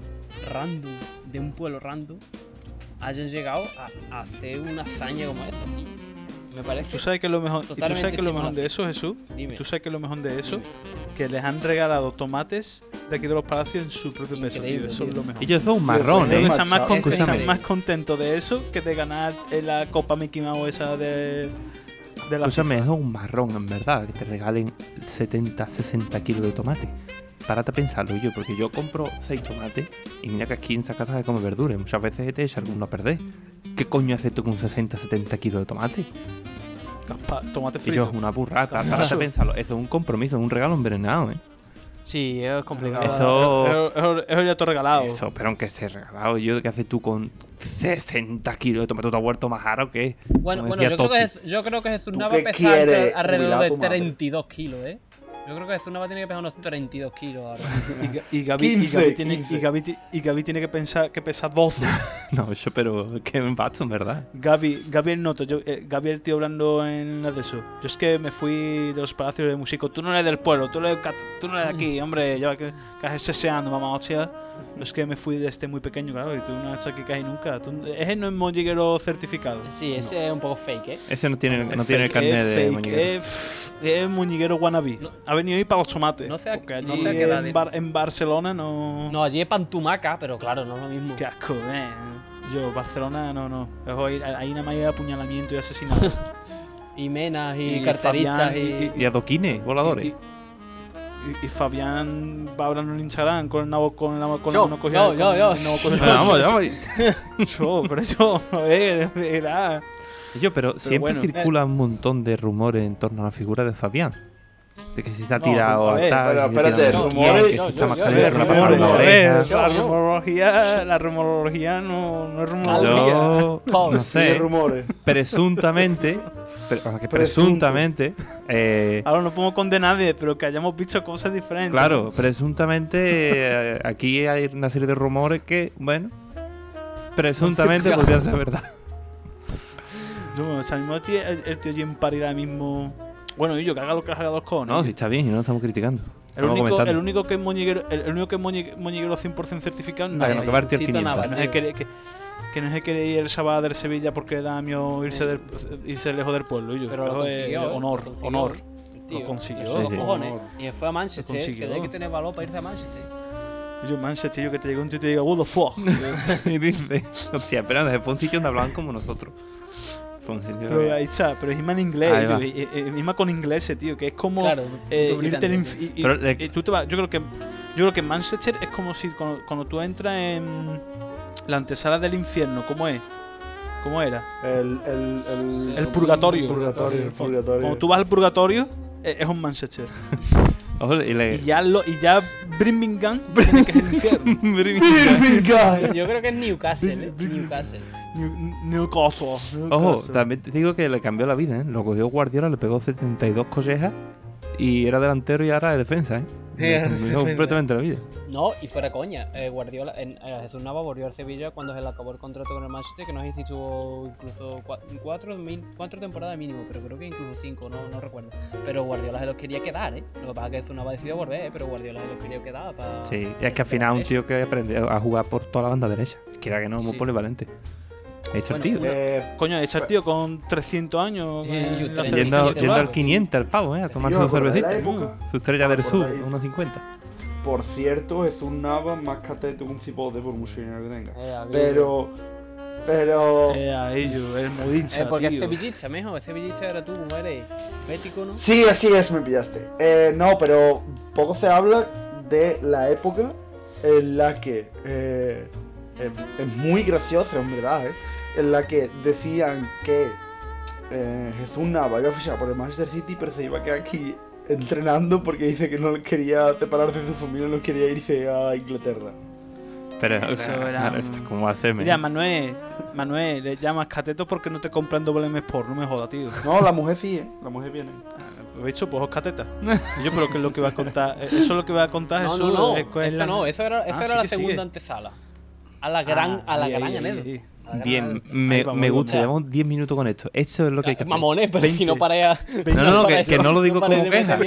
Speaker 4: random, de un pueblo random, hayan llegado a, a hacer una hazaña como esta. Y Me parece.
Speaker 2: ¿Tú sabes que lo mejor, y tú sabes
Speaker 4: Totalmente
Speaker 2: que lo mejor de eso, Jesús?
Speaker 4: Dime.
Speaker 2: ¿Tú sabes que lo mejor de eso? Que les han regalado tomates de aquí de los palacios en su propio peso, tío.
Speaker 4: Increíble,
Speaker 2: Eso es
Speaker 4: tío.
Speaker 2: lo mejor.
Speaker 3: Y yo soy un marrón,
Speaker 2: Deben
Speaker 3: ¿eh?
Speaker 5: Increíble.
Speaker 2: estar más,
Speaker 5: Machado.
Speaker 2: con-
Speaker 3: Escúchame.
Speaker 2: estar más contento de eso que de ganar en la Copa Mickey Mouse esa de, de la
Speaker 3: Escúchame,
Speaker 2: FIFA.
Speaker 3: eso es un marrón, en verdad, que te regalen 70, 60 kilos de tomate. Párate a pensarlo, yo, porque yo compro 6 tomates y mira que aquí en esa casa se come verduras. y Muchas veces te echa alguno a perder. ¿Qué coño haces tú con 60, 70 kilos de tomate?
Speaker 2: Caspa- tomate
Speaker 3: Y yo,
Speaker 2: frito.
Speaker 3: es una burrata, párate
Speaker 2: Eso.
Speaker 3: a pensarlo. Eso es un compromiso, es un regalo envenenado, ¿eh?
Speaker 4: Sí, es
Speaker 2: Ah,
Speaker 4: complicado.
Speaker 3: Eso-
Speaker 2: Eso, eso- eso ya todo regalado.
Speaker 3: Eso, pero aunque se regalado, yo, ¿qué haces tú con 60 kilos de tomate? ¿Tú te has vuelto más raro que
Speaker 4: Bueno,
Speaker 3: como
Speaker 4: bueno yo,
Speaker 3: decía
Speaker 4: creo que,
Speaker 3: Totti.
Speaker 4: Jes- yo creo que Jesús
Speaker 5: ¿Tú
Speaker 4: Nava
Speaker 5: qué
Speaker 4: pesa
Speaker 5: quieres,
Speaker 4: alrededor
Speaker 5: jubilado
Speaker 4: de
Speaker 5: tu madre?
Speaker 4: 32 kilos, ¿eh? Yo creo que Jesús Nava tiene que pesar unos 32 kilos ahora.
Speaker 2: Y, Ga- y Gaby, y
Speaker 5: 15,
Speaker 2: Gaby tiene,
Speaker 5: 15.
Speaker 2: y Gaby ti- y Gaby tiene que pensar que pesa 12.
Speaker 3: No, yo, pero que me basto, en verdad.
Speaker 2: Gaby, Gaby el noto, yo, eh, Gaby el tío hablando en la de eso. Yo es que me fui de los palacios de músico. Tú no eres del pueblo, tú, eres, cat- tú no eres de
Speaker 3: Mm.
Speaker 2: aquí, hombre. Ya que, que haces seseando, mamá hostia. Yo es que me fui desde muy pequeño, claro, y tú no has hecho aquí casi nunca. Tú- ese no es molliguero certificado.
Speaker 4: Sí, ese es un poco fake, ¿eh?
Speaker 3: Ese no tiene, no
Speaker 2: Es
Speaker 3: tiene el
Speaker 2: fake,
Speaker 3: carnet
Speaker 2: es
Speaker 3: de
Speaker 2: fake,
Speaker 3: muñequero.
Speaker 2: Es, pff, es moñiguero wannabe.
Speaker 4: No-
Speaker 2: ha venido ahí para los tomates.
Speaker 4: No sé a-
Speaker 2: porque
Speaker 4: no
Speaker 2: allí
Speaker 4: sé a qué edad
Speaker 2: en,
Speaker 4: es.
Speaker 2: Bar- en Barcelona no.
Speaker 4: No, allí es pantumaca, pero claro, no es lo mismo.
Speaker 2: Qué asco, eh. Yo, Barcelona, no, no. Ojo, ahí- Ahí nada más hay apuñalamiento y asesinato.
Speaker 4: Y menas, y,
Speaker 2: Y
Speaker 4: carteristas,
Speaker 2: Fabián,
Speaker 4: y...
Speaker 2: y-
Speaker 3: Y adoquines, voladores.
Speaker 2: Y, y- y Fabián va hablando en Instagram con el nabo con el nabo con
Speaker 4: Yo,
Speaker 2: el mono cogido-
Speaker 4: yo, yo,
Speaker 2: con
Speaker 4: yo.
Speaker 2: el nabo cogido-
Speaker 3: Bueno, vamos, vamos.
Speaker 2: Yo, pero yo, a ver, era.
Speaker 3: Yo, pero, siempre
Speaker 2: bueno.
Speaker 3: circula un montón de rumores en torno a la figura de Fabián. De que si se ha
Speaker 2: No,
Speaker 3: tirado
Speaker 2: a ver,
Speaker 3: tal,
Speaker 5: pero
Speaker 3: que se ha
Speaker 5: espérate,
Speaker 3: tirado un guión,
Speaker 5: rumores-
Speaker 3: que
Speaker 4: no,
Speaker 3: se está
Speaker 4: yo-
Speaker 3: más
Speaker 4: yo-
Speaker 2: A
Speaker 3: caliente
Speaker 2: ver,
Speaker 3: que una
Speaker 4: yo-
Speaker 2: rumores,
Speaker 3: paloma en la
Speaker 2: a
Speaker 3: oreja.
Speaker 2: ver, la
Speaker 4: Yo, yo.
Speaker 2: rumorología, la rumorología no, no es rumorología.
Speaker 3: Yo,
Speaker 4: Paul.
Speaker 3: no
Speaker 5: Sigue
Speaker 3: sé,
Speaker 5: rumores.
Speaker 3: presuntamente, pero, aunque presuntamente, eh,
Speaker 2: Ahora no podemos condenar a nadie, pero que hayamos visto cosas diferentes.
Speaker 3: claro, presuntamente, eh, aquí hay una serie de rumores que, bueno, presuntamente podría ser verdad.
Speaker 2: No, o sea, mismo el tío, el, el tío Jim Parry ahora mismo. Bueno, y yo que haga lo que haga los cojones.
Speaker 3: No, si está bien, si no lo estamos criticando.
Speaker 2: el,
Speaker 3: Estamos
Speaker 2: único, el
Speaker 3: comentando.
Speaker 2: único que es moñiguero, el, el único que es moñi- moñiguero 100% certificado no
Speaker 3: Hasta que nos
Speaker 2: hay.
Speaker 3: acabe el tier
Speaker 4: Cito
Speaker 3: 500.
Speaker 4: Navas.
Speaker 2: no se quiere que, que no se quiere ir el sábado del Sevilla porque le da miedo irse, del- irse lejos del pueblo. Y yo,
Speaker 4: Pero
Speaker 2: eso
Speaker 4: lo
Speaker 2: es
Speaker 4: consiguió, ¿eh?
Speaker 2: honor,
Speaker 4: Lo consiguió.
Speaker 2: honor.
Speaker 4: Tío,
Speaker 2: Lo consiguió.
Speaker 4: los
Speaker 3: Sí, sí.
Speaker 4: cojones.
Speaker 5: Honor.
Speaker 4: Y fue a Manchester,
Speaker 2: Lo
Speaker 4: que
Speaker 2: consiguió.
Speaker 4: tiene que tener valor para irse a Manchester.
Speaker 2: Y yo, Manchester, yo que te llega un tío y te diga, what the fuck.
Speaker 3: y dice, o sea, pero anda, fue un sitio donde hablaban como nosotros. Fue un sitio
Speaker 2: pero
Speaker 3: que-
Speaker 2: ahí está, pero es misma en inglés.
Speaker 3: Ahí
Speaker 2: y yo,
Speaker 3: va.
Speaker 2: y- y- y misma con ingleses, tío, que es como.
Speaker 4: Claro,
Speaker 2: eh,
Speaker 4: punto
Speaker 2: irte al
Speaker 4: británico.
Speaker 2: inf- y- y-
Speaker 3: Pero le-
Speaker 2: y tú te vas- yo creo que yo creo que Manchester es como si cuando, cuando tú entras en la antesala del infierno, ¿cómo es? ¿Cómo era?
Speaker 5: El, el, el,
Speaker 2: El purgatorio.
Speaker 5: El purgatorio, el purgatorio.
Speaker 2: Cuando tú vas al purgatorio, eh, es un Manchester.
Speaker 3: Ojo, y le-
Speaker 2: Y ya, lo, y ya Birmingham tiene que ser el infierno.
Speaker 5: Birmingham.
Speaker 4: Yo creo que es Newcastle, ¿eh? Newcastle.
Speaker 2: New- Newcastle.
Speaker 3: Ojo,
Speaker 2: Newcastle.
Speaker 3: también te digo que le cambió la vida, ¿eh? Lo cogió Guardiola, le pegó 72 collejas y era delantero y ahora de defensa, ¿eh?
Speaker 4: Sí,
Speaker 3: Le
Speaker 4: era
Speaker 3: cambió
Speaker 4: defensa.
Speaker 3: completamente la vida.
Speaker 4: No, y fuera coña. eh, Guardiola, en, eh, Jesús Nava volvió al Sevilla cuando se le acabó el contrato con el Manchester, que no sé si tuvo incluso cua- cuatro, min- cuatro temporadas mínimo, pero creo que incluso cinco, no, no recuerdo. Pero Guardiola se los quería quedar, ¿eh? Lo que pasa es que Jesús Nava decidió volver, ¿eh? pero Guardiola se los quería quedar para...
Speaker 3: Sí, y es que al final un tío que aprende a jugar por toda la banda derecha. Quiera que no, muy
Speaker 4: Eh, Sí.
Speaker 3: polivalente. He hecho el tío.
Speaker 4: Bueno, una-
Speaker 5: Eh,
Speaker 2: Coño, echa el tío con 300 años.
Speaker 4: Eh,
Speaker 2: en
Speaker 4: yo
Speaker 2: la
Speaker 4: también.
Speaker 2: selección
Speaker 3: Yendo,
Speaker 2: de
Speaker 3: yendo al
Speaker 2: Barça.
Speaker 3: 500 el pavo, ¿eh? A tomarse
Speaker 5: me
Speaker 3: su
Speaker 5: acuerdo de la
Speaker 3: cervecita.
Speaker 5: época.
Speaker 3: Su estrella del
Speaker 5: Me acuerdo
Speaker 3: sur,
Speaker 5: de-
Speaker 3: unos 50.
Speaker 2: Mm.
Speaker 5: por cierto, Jesús Nava más catete que un cipote por mucho dinero que tenga.
Speaker 4: Eh, aquí-
Speaker 5: Pero Pero.
Speaker 2: Ah, Eh, a ello, el modincha,
Speaker 4: Eh, porque es
Speaker 2: tío.
Speaker 4: cevichicha, mejor. Es cevichicha ahora tú, como eres bético, ¿no?
Speaker 5: Sí, así es, me pillaste. Eh, no, pero poco se habla de la época en la que. eh, es, es muy gracioso, en verdad, ¿eh? En la que decían que eh, Jesús Nava iba a fichar por el Manchester City, pero se iba a quedar aquí entrenando porque dice que no quería separarse de su familia, no quería irse a Inglaterra.
Speaker 3: Pero
Speaker 2: Eso era,
Speaker 3: claro, esto cómo hacemos.
Speaker 2: Mira, Manuel, Manuel, le llamas cateto porque no te compran doble M Sport, no me joda, tío.
Speaker 5: No, la mujer sí, ¿eh? La mujer viene.
Speaker 2: Lo he dicho, pues os cateta. Y Yo, pero que es lo que va a contar, eh, eso es lo que va a contar
Speaker 4: No,
Speaker 2: Jesús.
Speaker 4: no, no.
Speaker 2: es con
Speaker 4: Eso
Speaker 2: la-
Speaker 4: no, eso era, eso
Speaker 2: Ah,
Speaker 4: era
Speaker 2: sí
Speaker 4: la
Speaker 2: que sigue.
Speaker 4: segunda antesala. A la gran,
Speaker 2: Ah,
Speaker 4: a la
Speaker 2: ahí,
Speaker 4: gran
Speaker 2: ahí,
Speaker 4: anécdota.
Speaker 2: ahí, ahí.
Speaker 4: A la gran
Speaker 3: Bien,
Speaker 4: anécdota.
Speaker 3: me,
Speaker 2: Ahí vamos,
Speaker 3: me
Speaker 2: ahí
Speaker 3: gusta,
Speaker 4: vamos.
Speaker 3: llevamos 10 minutos con esto. Esto es lo que hay que hacer.
Speaker 4: Mamones, pero si no
Speaker 2: 20.
Speaker 4: para
Speaker 3: No, no, no, que, que no lo digo como queja.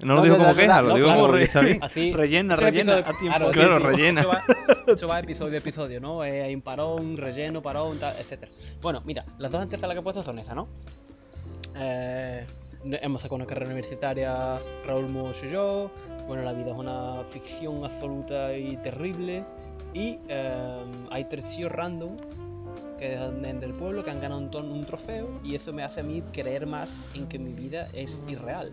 Speaker 3: No lo digo como queja, lo digo como
Speaker 2: claro.
Speaker 3: está bien.
Speaker 4: Así,
Speaker 2: Rellena,
Speaker 4: muchos
Speaker 2: rellena,
Speaker 4: episodios-
Speaker 2: a tiempo,
Speaker 4: claro,
Speaker 2: a
Speaker 3: Claro,
Speaker 2: tiempo.
Speaker 3: rellena.
Speaker 4: Eso va, eso va episodio a episodio, ¿no? Eh, hay un parón, relleno, parón, tal, etcétera. Bueno, mira, las dos antesalas que he puesto son esas, ¿no? Eh, no- hemos sacado una carrera universitaria, Raúl Moos y yo. Bueno, la vida es una ficción absoluta y terrible. Y eh, hay tres tíos random que es del pueblo que han ganado un, ton- un trofeo y eso me hace a mí creer más en que mi vida es irreal.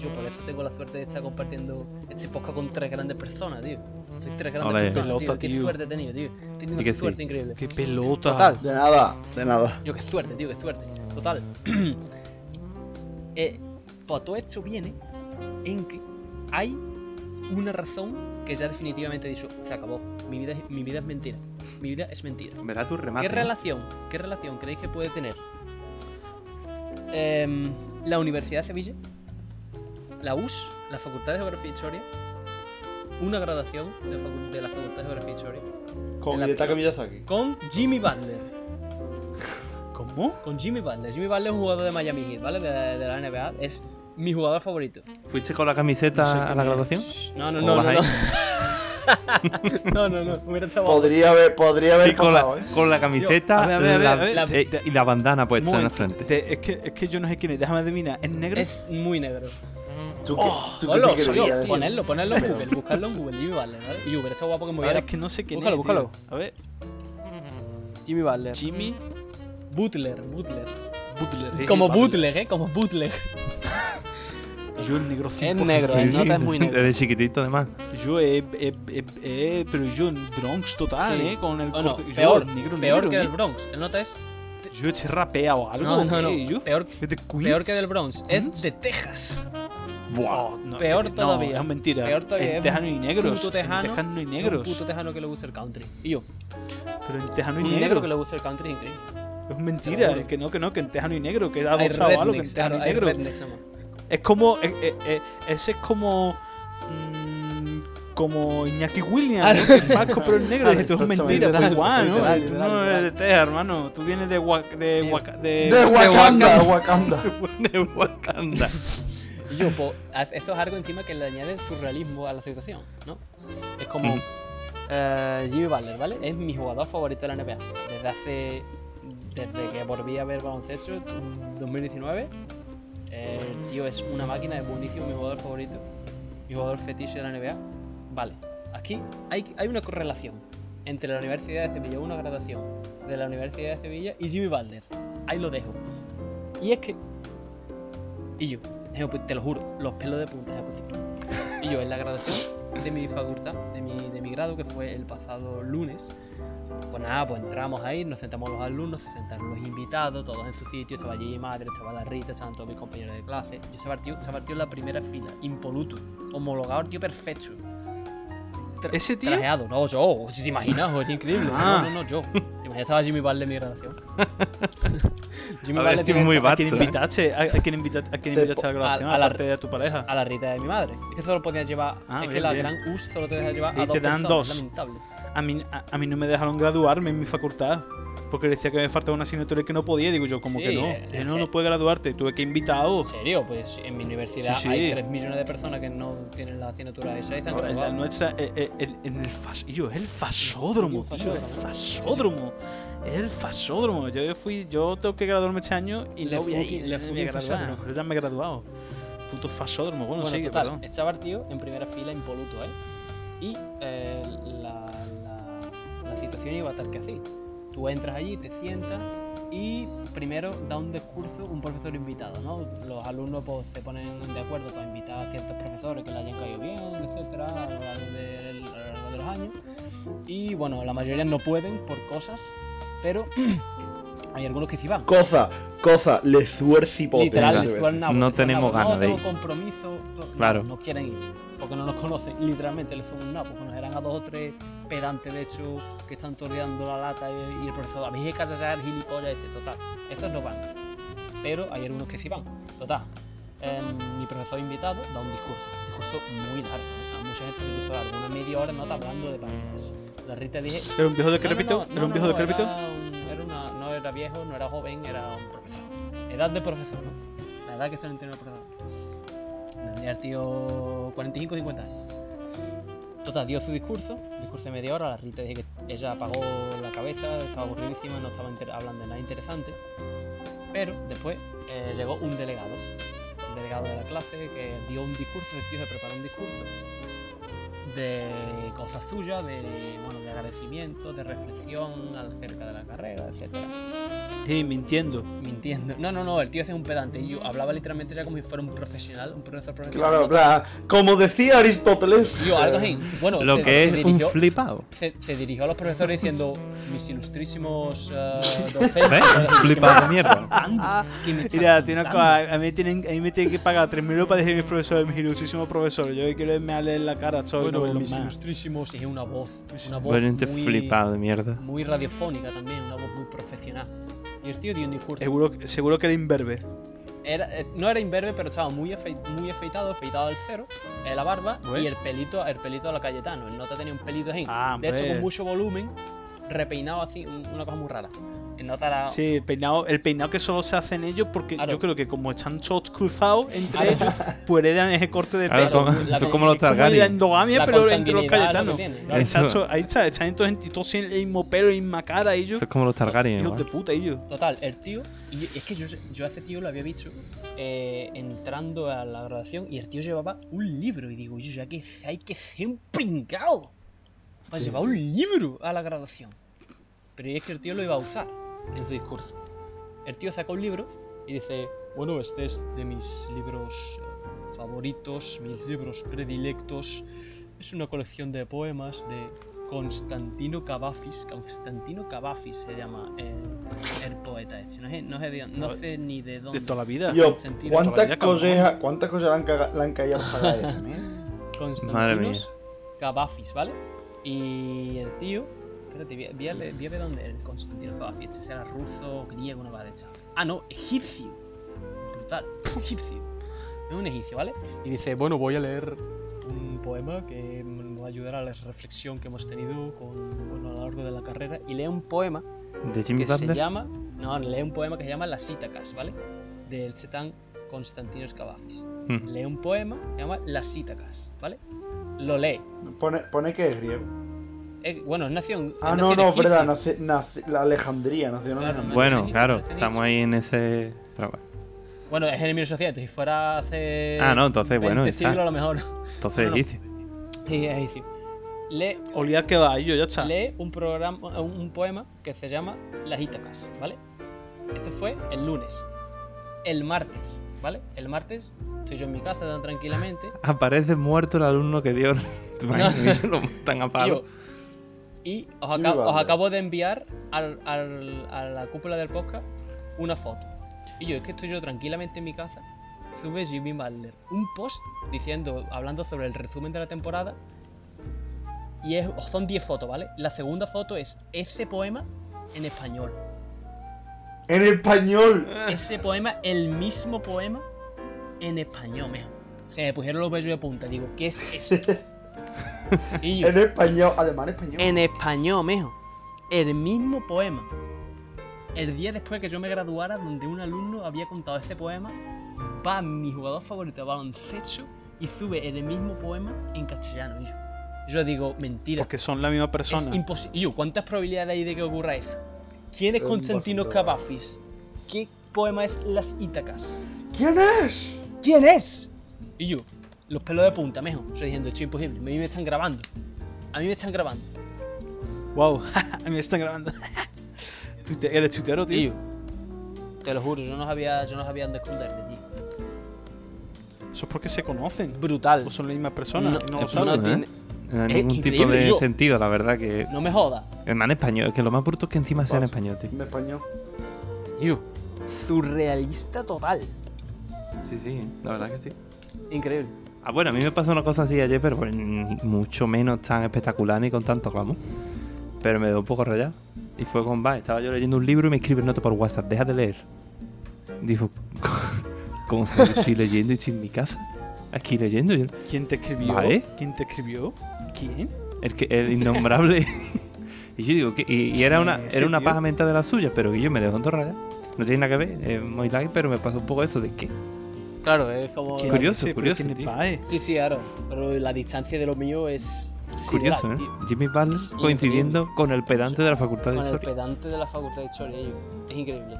Speaker 4: Yo por eso tengo la suerte de estar compartiendo este podcast con tres grandes personas, tío. Soy tres grandes
Speaker 3: Ole.
Speaker 4: personas, tío.
Speaker 2: Pelota,
Speaker 4: Qué
Speaker 2: tío.
Speaker 4: suerte he tenido, tío. He tenido
Speaker 3: Y que
Speaker 4: una
Speaker 3: sí.
Speaker 4: suerte increíble.
Speaker 2: Qué pelota.
Speaker 4: Total.
Speaker 5: De nada, de nada.
Speaker 4: Yo qué suerte, tío, qué suerte. Total. eh, pues todo esto viene en que hay una razón que ya definitivamente he dicho, se acabó. Mi vida, es- mi vida es mentira. Mi vida es mentira.
Speaker 3: Verá tu remate.
Speaker 4: ¿Qué relación, ¿Qué relación creéis que puede tener em, la Universidad de Sevilla, la US, la Facultad de Geografía e Historia, una graduación de, facu- de la Facultad de Geografía e Historia,
Speaker 5: Con
Speaker 4: La-
Speaker 5: Hidetaka Miyazaki.
Speaker 4: con Jimmy Butler?
Speaker 2: ¿Cómo?
Speaker 4: Con Jimmy Butler. Jimmy Butler es un jugador de Miami Heat, ¿vale? De, de la NBA. Es mi jugador favorito.
Speaker 3: ¿Fuiste con la camiseta
Speaker 2: No sé
Speaker 3: a
Speaker 2: quién
Speaker 3: la
Speaker 2: es.
Speaker 3: graduación?
Speaker 4: No, no,
Speaker 3: ¿O
Speaker 4: no, no.
Speaker 3: vas
Speaker 4: No,
Speaker 3: ahí?
Speaker 4: no, no, no. Hubiera estado
Speaker 5: Podría haber, podría
Speaker 3: Sí,
Speaker 5: haber
Speaker 3: con
Speaker 5: pasado,
Speaker 3: la,
Speaker 5: ¿eh?
Speaker 3: con la camiseta
Speaker 2: a ver, a ver,
Speaker 3: la-
Speaker 2: a ver, a ver.
Speaker 3: eh, y la bandana
Speaker 2: Un
Speaker 3: puesta en la
Speaker 2: momento,
Speaker 3: frente.
Speaker 2: te- es, que, es que yo no sé quién es, déjame adivinar. ¿Es negro?
Speaker 4: Es muy negro.
Speaker 5: ¿Tú
Speaker 2: Oh,
Speaker 5: qué, tú qué
Speaker 4: Ponlo,
Speaker 5: te creías,
Speaker 4: ponlo,
Speaker 5: eh?
Speaker 4: ponerlo, ponerlo en Google, buscarlo en Google, Jimmy Butler, ¿vale? Y hubiera estado guapo que me
Speaker 2: Ahora
Speaker 4: hubiera
Speaker 2: es que no sé quién
Speaker 4: Búscalo,
Speaker 2: es.
Speaker 4: búscalo.
Speaker 2: tío. A ver,
Speaker 4: Jimmy Butler.
Speaker 2: Jimmy
Speaker 4: Butler, Butler.
Speaker 2: Butler. eh,
Speaker 4: Como
Speaker 2: Butler.
Speaker 4: Butler, ¿eh? Como Butler.
Speaker 2: Yo el negro 100%.
Speaker 4: negro, eh,
Speaker 3: Sí,
Speaker 4: no
Speaker 3: sí,
Speaker 4: te es muy negro.
Speaker 3: Desde chiquitito, además.
Speaker 2: Yo, eh, eh, eh, eh, pero yo en Bronx total,
Speaker 4: Sí.
Speaker 2: eh, con el
Speaker 4: O no,
Speaker 2: corte- yo,
Speaker 4: peor,
Speaker 2: negro,
Speaker 4: peor
Speaker 2: negro,
Speaker 4: que
Speaker 2: eh.
Speaker 4: del Bronx. El nota es
Speaker 2: Yo he rapeado algo,
Speaker 4: No, no,
Speaker 2: ¿qué?
Speaker 4: no.
Speaker 2: Yo,
Speaker 4: Peor,
Speaker 2: ¿Es de Queens?
Speaker 4: peor que del Bronx. Es
Speaker 2: Queens?
Speaker 4: de Texas.
Speaker 2: Buah, no,
Speaker 4: Peor
Speaker 2: eh, no,
Speaker 4: todavía.
Speaker 2: es mentira.
Speaker 4: Peor todavía, es
Speaker 2: En
Speaker 4: un
Speaker 2: Tejano y negros.
Speaker 4: puto tejano,
Speaker 2: en Tejano y
Speaker 4: Un puto
Speaker 2: negros.
Speaker 4: tejano que le gusta el country. Y yo,
Speaker 2: Pero en Tejano y
Speaker 4: un negro
Speaker 2: negro.
Speaker 4: que le gusta el country es increíble.
Speaker 2: Es mentira,
Speaker 4: Seguro.
Speaker 2: eh, que no, que no, que en Tejano y negro, que ha
Speaker 4: Hay
Speaker 2: adoptado algo que en
Speaker 4: rednecks,
Speaker 2: Tejano
Speaker 4: claro,
Speaker 2: y
Speaker 4: hay
Speaker 2: negro.
Speaker 4: rednecks, amor.
Speaker 2: Es como. eh, eh, eh, ese es como. mm, como Iñaki Williams, ¿no? El vasco, pero el negro.
Speaker 4: Ah,
Speaker 2: Dices, tú es mentira,
Speaker 4: literal,
Speaker 2: pues igual, ¿no?
Speaker 4: literal,
Speaker 2: Dices, Tú no
Speaker 4: literal,
Speaker 2: eres de Teja, hermano. Tú vienes de. Wa- de,
Speaker 4: Eh,
Speaker 2: Waka- de,
Speaker 5: De Wakanda,
Speaker 3: Wakanda.
Speaker 5: de Wakanda.
Speaker 3: De Wakanda.
Speaker 4: Y yo, po, haz- esto es algo encima que le añade surrealismo a la situación, ¿no? Es como
Speaker 2: Mm.
Speaker 3: Ujú.
Speaker 4: eh, Jimmy Butler, ¿vale? Es mi jugador favorito de la NBA. Desde hace. Desde que volví a ver baloncesto, en 2019. eh, El tío es una máquina, es buenísimo, mi jugador favorito. Mi jugador fetiche de la NBA. Vale, aquí hay, hay una correlación entre la Universidad de Sevilla, una graduación de la Universidad de Sevilla y Jimmy Butler. Ahí lo dejo. Y es que. Y yo, eh, pues, te lo juro, los pelos de punta. eh, pues. Y yo, en la graduación de mi facultad, de mi, de mi grado, que fue el pasado lunes, pues nada, pues entramos ahí, nos sentamos los alumnos, se sentaron los invitados, todos en su sitio, estaba allí mi madre, estaba la Rita, estaban todos mis compañeros de clase. Yo se partió, se partió en la primera fila, impoluto, homologado, el tío perfecto. Tra-
Speaker 2: ¿Ese tío?
Speaker 4: Trajeado, no, yo, si te imaginas, es increíble.
Speaker 2: Ah.
Speaker 4: No, no, no, yo. Imagínate, estaba Jimmy Butler en mi graduación. Jimmy
Speaker 3: A ver,
Speaker 4: Butler
Speaker 3: sí,
Speaker 4: tiene-
Speaker 3: muy
Speaker 2: ¿A quién
Speaker 3: bacho, ¿eh?
Speaker 2: invitaste? ¿A, a quién invita- a quién
Speaker 5: Te-
Speaker 2: invitaste a la grabación?
Speaker 4: a la-
Speaker 2: aparte de a tu pareja.
Speaker 4: A la Rita de mi madre. Es que solo podías llevar.
Speaker 2: Ah,
Speaker 4: es que
Speaker 2: bien,
Speaker 4: la
Speaker 2: bien.
Speaker 4: gran US solo te deja llevar a
Speaker 2: Y
Speaker 4: dos
Speaker 2: te dan
Speaker 4: personas,
Speaker 2: dos.
Speaker 4: Lamentable.
Speaker 2: A mí, a, a mí no me dejaron graduarme en mi facultad. Porque decía que me faltaba una asignatura y que no podía. Digo yo, como
Speaker 4: Sí,
Speaker 2: que no.
Speaker 4: eh,
Speaker 2: Dije, no,
Speaker 4: sí.
Speaker 2: no puedes graduarte. Tuve que invitado.
Speaker 4: En serio, pues en mi universidad
Speaker 2: Sí, sí.
Speaker 4: hay 3 millones de personas que no tienen la asignatura esa y están
Speaker 2: Ahora, en la
Speaker 4: graduadas.
Speaker 2: nuestra, eh, eh, el- en el fas, y yo, es el fasódromo,
Speaker 4: Sí, un
Speaker 2: tío, el fasódromo,
Speaker 4: fasódromo.
Speaker 2: es el fasódromo. Yo fui, yo tengo que graduarme este año y
Speaker 4: Le
Speaker 2: no voy a
Speaker 4: fui-
Speaker 2: ir,
Speaker 4: le
Speaker 2: le
Speaker 4: fui
Speaker 2: fui a
Speaker 4: un
Speaker 2: graduar,
Speaker 4: fasódromo.
Speaker 2: yo ya me he graduado. Puto fasódromo, bueno,
Speaker 4: Bueno,
Speaker 2: sigue,
Speaker 4: total, eh,
Speaker 2: perdón.
Speaker 4: estaba el tío en primera fila, impoluto, ¿eh? Y eh, la, la, la situación iba a estar que así. Tú entras allí, te sientas y primero da un discurso un profesor invitado, ¿no? Los alumnos pues, se ponen de acuerdo para invitar a ciertos profesores que le hayan caído bien, etcétera, a lo largo del- a lo largo de los años. Y bueno, la mayoría no pueden por cosas, pero hay algunos que sí van.
Speaker 5: Cosa, cosa, le suercipote.
Speaker 4: Literal,
Speaker 3: Venga.
Speaker 4: les suena-
Speaker 3: No
Speaker 4: les suena
Speaker 3: tenemos
Speaker 4: nabo,
Speaker 3: ganas de
Speaker 4: no,
Speaker 3: ir.
Speaker 4: compromiso, to- no,
Speaker 3: Claro.
Speaker 4: No quieren ir, porque no nos conocen, literalmente les somos nada, porque nos eran a dos o tres pedantes, de hecho, que están torreando la lata y, y el profesor, a mí es que el gilipollas este, total. Estos no van, pero hay algunos que sí van, total. eh, mi profesor invitado da un discurso, un discurso muy largo, ¿eh? a mucha gente le gustó largo, una media hora no está hablando de pañales. La Rita dije,
Speaker 2: ¿Era un viejo
Speaker 4: eh, no, no,
Speaker 2: decrépito?
Speaker 4: no,
Speaker 2: ¿Era
Speaker 4: no,
Speaker 2: un viejo
Speaker 4: no,
Speaker 2: decrépito?
Speaker 4: Era un- era una- no era viejo, no era joven, era un profesor. Edad de profesor, ¿no? La edad que suelen tener los profesores. Tenía el tío 45 50 años. Total, dio su discurso, discurso de media hora, la Rita dije que ella apagó la cabeza, estaba aburridísima, no estaba inter- hablando de nada interesante. Pero después eh, llegó un delegado, un delegado de la clase que dio un discurso, el tío se preparó un discurso de cosas suyas, de, bueno, de agradecimiento, de reflexión acerca de la carrera, etcétera.
Speaker 2: Sí, mintiendo.
Speaker 4: Mintiendo. No, no, no, el tío es un pedante y yo hablaba literalmente ya como si fuera un profesional, un profesor profesional.
Speaker 5: Claro, claro. Como decía Aristóteles.
Speaker 4: Yo, algo así.
Speaker 5: eh,
Speaker 4: Bueno,
Speaker 3: Lo
Speaker 4: se-
Speaker 3: que
Speaker 4: se
Speaker 3: es un
Speaker 4: dirigió-
Speaker 3: flipado.
Speaker 4: se, se dirigió a los profesores diciendo mis ilustrísimos eh,
Speaker 3: ¿Ves?
Speaker 4: docentes
Speaker 3: Un flipado de mierda.
Speaker 2: Mira, tiene una cosa, a mí, tienen, a mí me tienen que pagar 3.000 euros para decir mis profesores, mis ilustrísimos profesores. Yo quiero irme a leer la cara, soy
Speaker 4: bueno,
Speaker 2: no verlos
Speaker 4: mis
Speaker 2: más.
Speaker 4: ilustrísimos es una voz
Speaker 3: Pues
Speaker 4: una voz
Speaker 3: Verdaderamente
Speaker 4: muy,
Speaker 3: flipado de mierda.
Speaker 4: muy radiofónica también una voz muy profesional y el tío dio un discurso
Speaker 2: Seguro, seguro que era imberbe.
Speaker 4: Era- eh, no era imberbe, pero estaba muy, afei- muy afeitado, afeitado al cero, eh, la barba
Speaker 2: Ué.
Speaker 4: y el pelito, el pelito a la Cayetano. El nota tenía un pelito así.
Speaker 2: Ah,
Speaker 4: de hecho,
Speaker 2: hombre.
Speaker 4: con mucho volumen, repeinado así, un- una cosa muy rara. El nota era.
Speaker 2: Sí, el peinado, el peinado que solo se hacen ellos porque
Speaker 4: Claro.
Speaker 2: yo creo que como están todos cruzados entre
Speaker 4: Claro.
Speaker 2: ellos, pues heredan ese corte de
Speaker 3: Claro,
Speaker 2: pelo.
Speaker 3: como-
Speaker 4: la-
Speaker 3: tú como los
Speaker 2: Es como la
Speaker 3: Targaryen.
Speaker 2: endogamia,
Speaker 4: La
Speaker 2: pero entre los
Speaker 4: consanguinidad es lo
Speaker 2: cayetanos.
Speaker 4: que tiene,
Speaker 2: Ahí
Speaker 4: claro.
Speaker 2: está,
Speaker 3: Eso-
Speaker 2: ahí está, están todos, en- todos tienen el mismo pelo, la misma cara, ellos.
Speaker 3: Eso es como los Targaryen.
Speaker 2: Hijos de
Speaker 3: igual.
Speaker 2: puta, ellos.
Speaker 4: Total, el tío. Y es que yo, yo a ese tío lo había visto eh, entrando a la graduación y el tío llevaba un libro. Y digo, yo, ya que hay que ser un pringao para
Speaker 2: Sí.
Speaker 4: llevar un libro a la graduación. Pero es que el tío lo iba a usar en su discurso. El tío saca un libro y dice, bueno, este es de mis libros eh, favoritos, mis libros predilectos. Es una colección de poemas de Constantino Cavafis. Constantino Cavafis se llama el, el poeta este. No sé, no sé de- no sé ni de
Speaker 2: De
Speaker 4: dónde.
Speaker 2: toda la vida.
Speaker 5: Yo,
Speaker 4: Sentido.
Speaker 5: ¿cuántas
Speaker 2: Todavía cabrón.
Speaker 5: cosas, cuántas cosas le han, caga- le han caído al Zagaez, ¿eh?
Speaker 3: Madre mía.
Speaker 4: Constantinos Cavafis, ¿vale? Y el tío. Espérate, voy a- voy a leer- voy a ver dónde el Constantino Cavafis. Este será ruso, griego, no va de esa. Ah, no, egipcio. Brutal, egipcio. Es un egipcio, ¿vale? Y dice: Bueno, voy a leer un poema que me va a ayudar a la reflexión que hemos tenido con, bueno, a lo largo de la carrera. Y lee un poema
Speaker 3: De Jimmy
Speaker 4: que se
Speaker 3: Butler.
Speaker 4: llama, no, lee un poema que se llama Las Ítacas, ¿vale? Del setán Constantino Cavafis.
Speaker 3: Mm.
Speaker 4: Lee un poema que se llama Las Ítacas, ¿vale? Lo lee.
Speaker 5: Pone, pone que es griego.
Speaker 4: Eh, bueno, es nación.
Speaker 5: Ah,
Speaker 4: es
Speaker 5: no,
Speaker 4: nación
Speaker 5: no,
Speaker 4: egipcia.
Speaker 5: verdad, nace- nace- la Alejandría, nació en
Speaker 4: Claro,
Speaker 5: Alejandría.
Speaker 3: Bueno,
Speaker 4: Madre
Speaker 3: claro,
Speaker 4: mía,
Speaker 3: estamos ahí en ese. Claro, bueno.
Speaker 4: Bueno, es en el 1900. Si fuera hace.
Speaker 3: Ah, no, entonces, bueno,
Speaker 4: 20
Speaker 3: está.
Speaker 4: siglos a lo mejor.
Speaker 3: Entonces,
Speaker 4: Bueno.
Speaker 3: egipcio.
Speaker 4: Sí, es egipcio. Lee,
Speaker 2: Olía que va, ellos, ya está.
Speaker 4: lee un, programa, un un poema que se llama Las Ítacas, ¿vale? Ese fue el lunes. El martes, ¿vale? El martes estoy yo en mi casa tan tranquilamente.
Speaker 3: Aparece muerto el alumno que dio. ¿Te imaginas? Lo matan a
Speaker 4: Y yo,
Speaker 3: palo.
Speaker 4: Y os, aca-
Speaker 5: Sí, vale.
Speaker 4: os acabo de enviar al, al- a la cúpula del podcast una foto. Y yo, es que estoy yo tranquilamente en mi casa. Sube Jimmy Butler un post diciendo, hablando sobre el resumen de la temporada. Y es, oh, son 10 fotos, ¿vale? La segunda foto es ese poema en español.
Speaker 5: En español.
Speaker 4: Ese poema, el mismo poema en español, mejor. Se me pusieron los vellos de punta. Digo, ¿qué es esto? Y yo,
Speaker 5: En español, además en español.
Speaker 4: en español, mijo. El mismo poema. El día después que yo me graduara, donde un alumno había contado este poema, va mi jugador favorito de baloncesto y sube el mismo poema en castellano. Y yo, yo digo, mentira.
Speaker 2: Porque son la misma
Speaker 4: Es
Speaker 2: persona.
Speaker 4: imposible. Y yo, ¿cuántas probabilidades hay de que ocurra eso? ¿Quién es
Speaker 5: Es
Speaker 4: Constantino
Speaker 5: bastante bajo.
Speaker 4: Cavafis? ¿Qué poema es Las Ítacas?
Speaker 5: ¿Quién es?
Speaker 4: ¿Quién es? Y yo, los pelos de punta, mijo. Yo diciendo, esto es imposible. A mí me están grabando. A mí me están grabando.
Speaker 2: Wow, a mí me están grabando. Tuite- ¿Eres tuitero, tío?
Speaker 4: Tío. Te lo juro, yo no sabía, yo no sabía dónde esconderme, tío.
Speaker 2: Eso es porque se conocen.
Speaker 4: Brutal.
Speaker 2: O son la misma persona.
Speaker 4: No,
Speaker 2: y no
Speaker 4: eh,
Speaker 2: lo
Speaker 3: Es
Speaker 2: saben.
Speaker 3: bruto,
Speaker 4: no tiene-
Speaker 3: ¿eh? No hay
Speaker 4: es
Speaker 3: ningún tipo
Speaker 4: increíble,
Speaker 3: de
Speaker 4: yo-
Speaker 3: sentido, la verdad, que.
Speaker 4: No me jodas.
Speaker 3: El man español, que lo más bruto es que encima sea en
Speaker 5: Paso.
Speaker 3: español, tío.
Speaker 5: En español.
Speaker 4: Tío. Surrealista total.
Speaker 3: Sí, sí, la verdad que sí.
Speaker 4: Increíble.
Speaker 3: Ah, bueno, a mí me pasó una cosa así ayer, pero pues, ni- mucho menos tan espectacular ni con tanto vamos. Pero me dio un poco rayado. Y fue con Va, estaba yo leyendo un libro y me escribe nota por WhatsApp, deja de leer. Dijo, ¿cómo sabes que estoy leyendo y estoy en mi casa? Aquí leyendo. Yo,
Speaker 2: ¿Quién te escribió?
Speaker 3: Vale.
Speaker 2: ¿Quién te escribió? ¿Quién?
Speaker 3: el, que, el innombrable. y yo digo, que, y, y era una,
Speaker 2: Ese
Speaker 3: era una
Speaker 2: tío.
Speaker 3: paja mental de la suya, pero que yo me dejó en rayado. No tiene nada que ver, es muy light, pero me pasó un poco eso de que
Speaker 4: Claro, es como.
Speaker 2: ¿Quién
Speaker 3: Curioso,
Speaker 2: dice? ¿Pero
Speaker 3: curioso,
Speaker 2: ¿Quién
Speaker 3: tío.
Speaker 2: es Bae?
Speaker 4: Sí, sí, claro. Pero la distancia de lo mío es. sideral,
Speaker 3: Curioso, ¿eh?
Speaker 4: tío.
Speaker 3: Jimmy Butler
Speaker 4: Es
Speaker 3: coincidiendo con el pedante de la facultad de
Speaker 4: Con el
Speaker 3: historia.
Speaker 4: pedante de la facultad de historia, tío. Es increíble.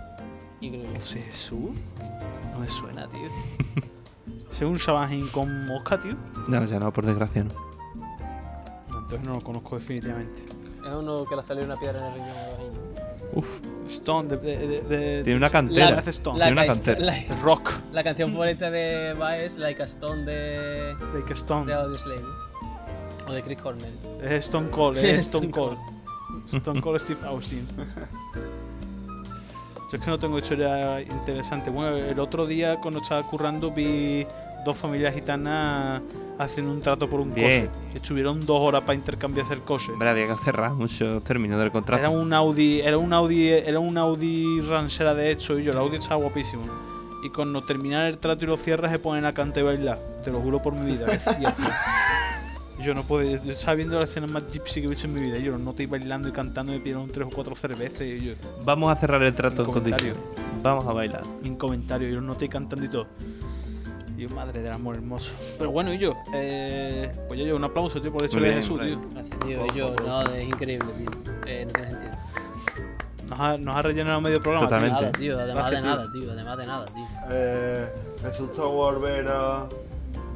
Speaker 4: Increíble.
Speaker 2: José Jesús. No me suena, tío. Según un Shabajín con mosca, tío.
Speaker 3: No, ya no, por desgracia no.
Speaker 2: No, entonces no lo conozco definitivamente.
Speaker 4: Es uno que le salió una piedra en el riñón a Bailey.
Speaker 3: Uf,
Speaker 2: Stone de. de, de, de-
Speaker 3: tiene una
Speaker 4: La-
Speaker 3: cantera.
Speaker 2: hace Stone.
Speaker 4: la
Speaker 3: Tiene una
Speaker 4: ca-
Speaker 3: cantera.
Speaker 4: la-
Speaker 2: de Rock.
Speaker 4: La canción favorita de Bae es Like a Stone de,
Speaker 2: Like
Speaker 4: de
Speaker 2: Stone.
Speaker 4: Audioslave. O de Chris Cornell.
Speaker 2: Es Stone Cold, es Stone Cold. Stone Cold Steve Austin. Yo es que no tengo historia interesante. Bueno, el otro día cuando estaba currando vi dos familias gitanas haciendo un trato por un
Speaker 3: Bien.
Speaker 2: coche. Estuvieron dos horas para intercambiarse el coche.
Speaker 3: Hombre, había que cerrar muchos términos del
Speaker 2: Era
Speaker 3: contrato.
Speaker 2: un Audi, era un Audi, era un Audi ranchera de hecho y yo, el Audi estaba guapísimo. Y cuando terminar el trato y lo cierras se ponen a cantar y bailar. Te lo juro por mi vida, que es cierto. Yo no puedo, yo estaba viendo la escena más gypsy que he visto en mi vida. Yo no estoy bailando y cantando me pidieron tres o cuatro cervezas y yo
Speaker 3: Vamos a cerrar el trato
Speaker 2: Un
Speaker 3: en condiciones. Vamos a bailar.
Speaker 2: y en comentarios, yo no estoy cantando y todo. Y yo, madre del amor hermoso. Pero bueno, y yo, eh, pues yo, yo, un aplauso, tío, por el hecho
Speaker 3: Muy
Speaker 2: de
Speaker 3: bien,
Speaker 2: Jesús,
Speaker 3: Ray.
Speaker 2: tío.
Speaker 4: Gracias, tío. Yo, no, es increíble, tío. Eh, no tiene sentido.
Speaker 2: Nos ha, nos ha rellenado medio programa. tío.
Speaker 3: Totalmente.
Speaker 4: Nada, tío. Además
Speaker 2: Gracias,
Speaker 4: de
Speaker 2: tío.
Speaker 4: nada, tío. Además de nada, tío.
Speaker 5: Eh, Jesús Taguarbera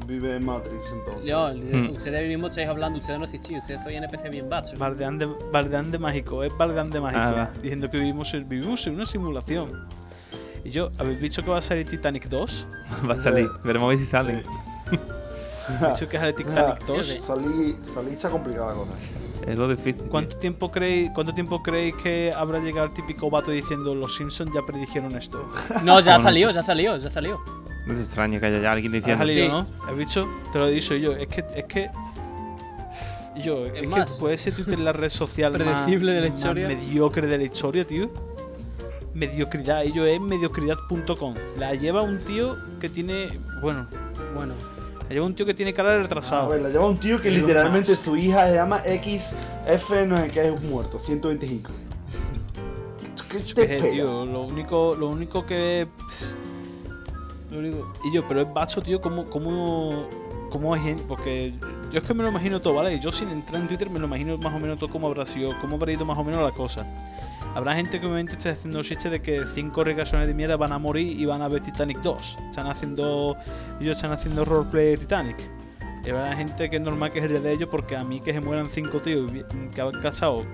Speaker 5: vive en Matrix entonces.
Speaker 4: León,
Speaker 3: Hmm.
Speaker 4: eh, ustedes mismos estáis hablando, ustedes no existís, ustedes todavía en especie bien bacho.
Speaker 2: Bardeán de, Bardeán de mágico, es Bardeán de mágico.
Speaker 3: Ah, va.
Speaker 2: diciendo que vivimos en, vivimos en una simulación. Y yo, ¿habéis visto que va a salir Titanic 2?
Speaker 3: Va a salir. Veremos a ver si salen.
Speaker 2: ¿Habéis dicho que sale Titanic 2?
Speaker 4: Fíjate.
Speaker 5: Ah, Salí, salí está complicada la cosa.
Speaker 3: Es lo difícil.
Speaker 2: ¿Cuánto tiempo, creéis, ¿Cuánto tiempo creéis que habrá llegado el típico vato diciendo los Simpsons ya predijeron esto?
Speaker 4: No, ya
Speaker 3: Vámonos.
Speaker 4: salió, ya salió, ya salió.
Speaker 3: No es extraño que haya ya alguien
Speaker 2: ¿Has
Speaker 3: diciendo.
Speaker 2: salido,
Speaker 4: Sí.
Speaker 2: no? ¿Has visto? Te lo he dicho yo. Es que. Es que y yo, es,
Speaker 4: más,
Speaker 2: que puede ser Twitter la red social más,
Speaker 4: predecible de la
Speaker 2: más
Speaker 4: historia.
Speaker 2: mediocre de la historia, tío. Mediocridad, ello es mediocridad.com. La lleva un tío que tiene. Bueno,
Speaker 4: Bueno,
Speaker 2: la lleva un tío que tiene cara de
Speaker 5: A
Speaker 2: retrasado.
Speaker 5: ver, Ah, pues, la lleva un tío que
Speaker 2: Elon
Speaker 5: literalmente
Speaker 2: Musk.
Speaker 5: su hija se llama XF, no sé qué, es un muerto, 125. ¿Qué
Speaker 2: Yo
Speaker 5: te
Speaker 2: qué sé,
Speaker 5: pega?
Speaker 2: tío, lo único, lo único que. pues, Lo único. Y yo, pero es bacho, tío, como. como ¿Cómo hay gente? Porque yo es que me lo imagino todo, ¿vale? Yo sin entrar en Twitter me lo imagino más o menos todo cómo habrá sido, cómo habrá ido más o menos la cosa. Habrá gente que obviamente esté haciendo chistes de que cinco regazones de mierda van a morir y van a ver Titanic 2. Están haciendo. Ellos están haciendo roleplay de Titanic. Y habrá gente que es normal que se ría de ellos porque a mí que se mueran cinco tíos vi- que han gastado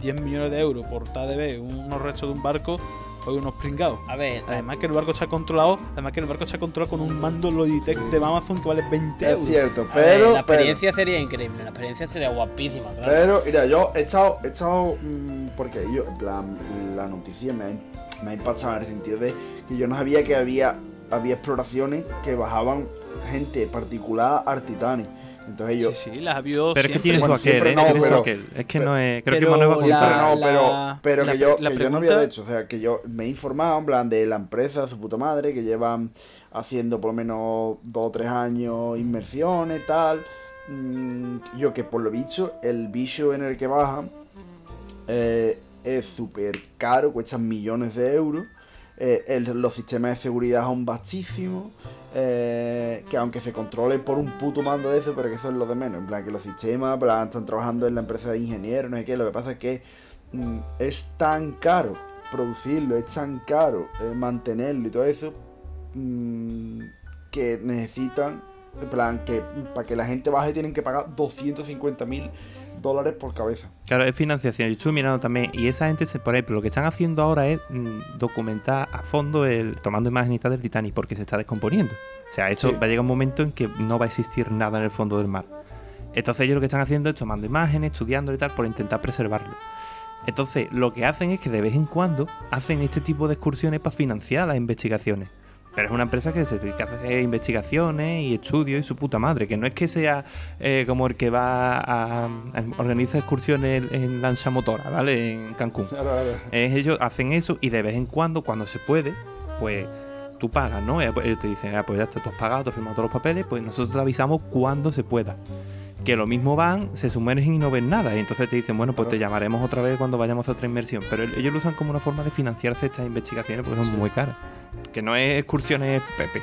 Speaker 2: 10 millones de euros por TDB, unos restos de un barco, o unos pringados.
Speaker 4: a ver,
Speaker 2: Además que el barco está controlado, además que el barco está controlado con un mando Logitech de Amazon que vale 20
Speaker 5: Es
Speaker 2: euros.
Speaker 5: cierto,
Speaker 4: a ver,
Speaker 5: pero.
Speaker 4: la
Speaker 5: pero-
Speaker 4: experiencia sería increíble, la experiencia sería guapísima, claro.
Speaker 5: Pero, mira, yo he estado, he estado, mm, porque yo, en plan, la noticia me ha, me ha impactado en el sentido de que yo no sabía que había, había exploraciones que bajaban gente particular al Titanic. Entonces yo,
Speaker 2: Sí, sí, las avió
Speaker 3: Pero es que
Speaker 2: siempre.
Speaker 3: tiene su
Speaker 5: Bueno,
Speaker 3: aquel,
Speaker 5: siempre
Speaker 3: ¿eh?
Speaker 5: no,
Speaker 3: Tiene su
Speaker 5: pero-
Speaker 3: aquel. Es que no es. Creo que
Speaker 2: pero
Speaker 3: Manuel va a
Speaker 2: la-
Speaker 3: contar.
Speaker 5: no, pero,
Speaker 2: la-
Speaker 5: pero
Speaker 2: la-
Speaker 5: que, yo,
Speaker 2: la
Speaker 5: que yo no
Speaker 2: pregunta-
Speaker 5: había hecho. O sea, que yo me he informado, en plan, de la empresa, su puta madre, que llevan haciendo por lo menos dos o tres años inmersiones, tal. Mm, Yo que por lo visto, el bicho en el que bajan eh, es súper caro, cuestan millones de euros. eh, el- los sistemas de seguridad son vastísimos. eh, que aunque se controle por un puto mando de eso, pero que eso es lo de menos. En plan, que los sistemas en plan, están trabajando en la empresa de ingenieros, no sé qué. Lo que pasa es que mm, es tan caro producirlo, es tan caro eh, mantenerlo y todo eso, mm, que necesitan, en plan, que para que la gente baje tienen que pagar 250 mil dólares por cabeza.
Speaker 3: Claro, es financiación. Yo estuve mirando también. Y esa gente se por ahí. Pero lo que están haciendo ahora es mm, documentar a fondo, el, tomando imágenes y tal del Titanic, porque se está descomponiendo. O sea, eso
Speaker 5: Sí.
Speaker 3: va a llegar un momento en que no va a existir nada en el fondo del mar. Entonces ellos lo que están haciendo es tomando imágenes, estudiando y tal, por intentar preservarlo. Entonces, lo que hacen es que de vez en cuando hacen este tipo de excursiones para financiar las investigaciones. Pero es una empresa que se dedica a hacer investigaciones y estudios y su puta madre. Que no es que sea eh, como el que va a, a- organiza excursiones en lancha motora, ¿vale? En Cancún.
Speaker 5: Ahora, ahora.
Speaker 3: Es, ellos hacen eso y de vez en cuando, cuando se puede, pues tú pagas, ¿no? Eh, pues Ellos te dicen, ah, pues ya está, tú has pagado, tú has firmado todos los papeles, pues nosotros te avisamos cuando se pueda. Que lo mismo van, se sumergen y no ven nada. Y entonces te dicen, bueno, pues te
Speaker 5: Claro.
Speaker 3: llamaremos otra vez cuando vayamos a otra inmersión. Pero el- ellos lo usan como una forma de financiarse estas investigaciones porque son muy caras. Que no es excursiones Pepe.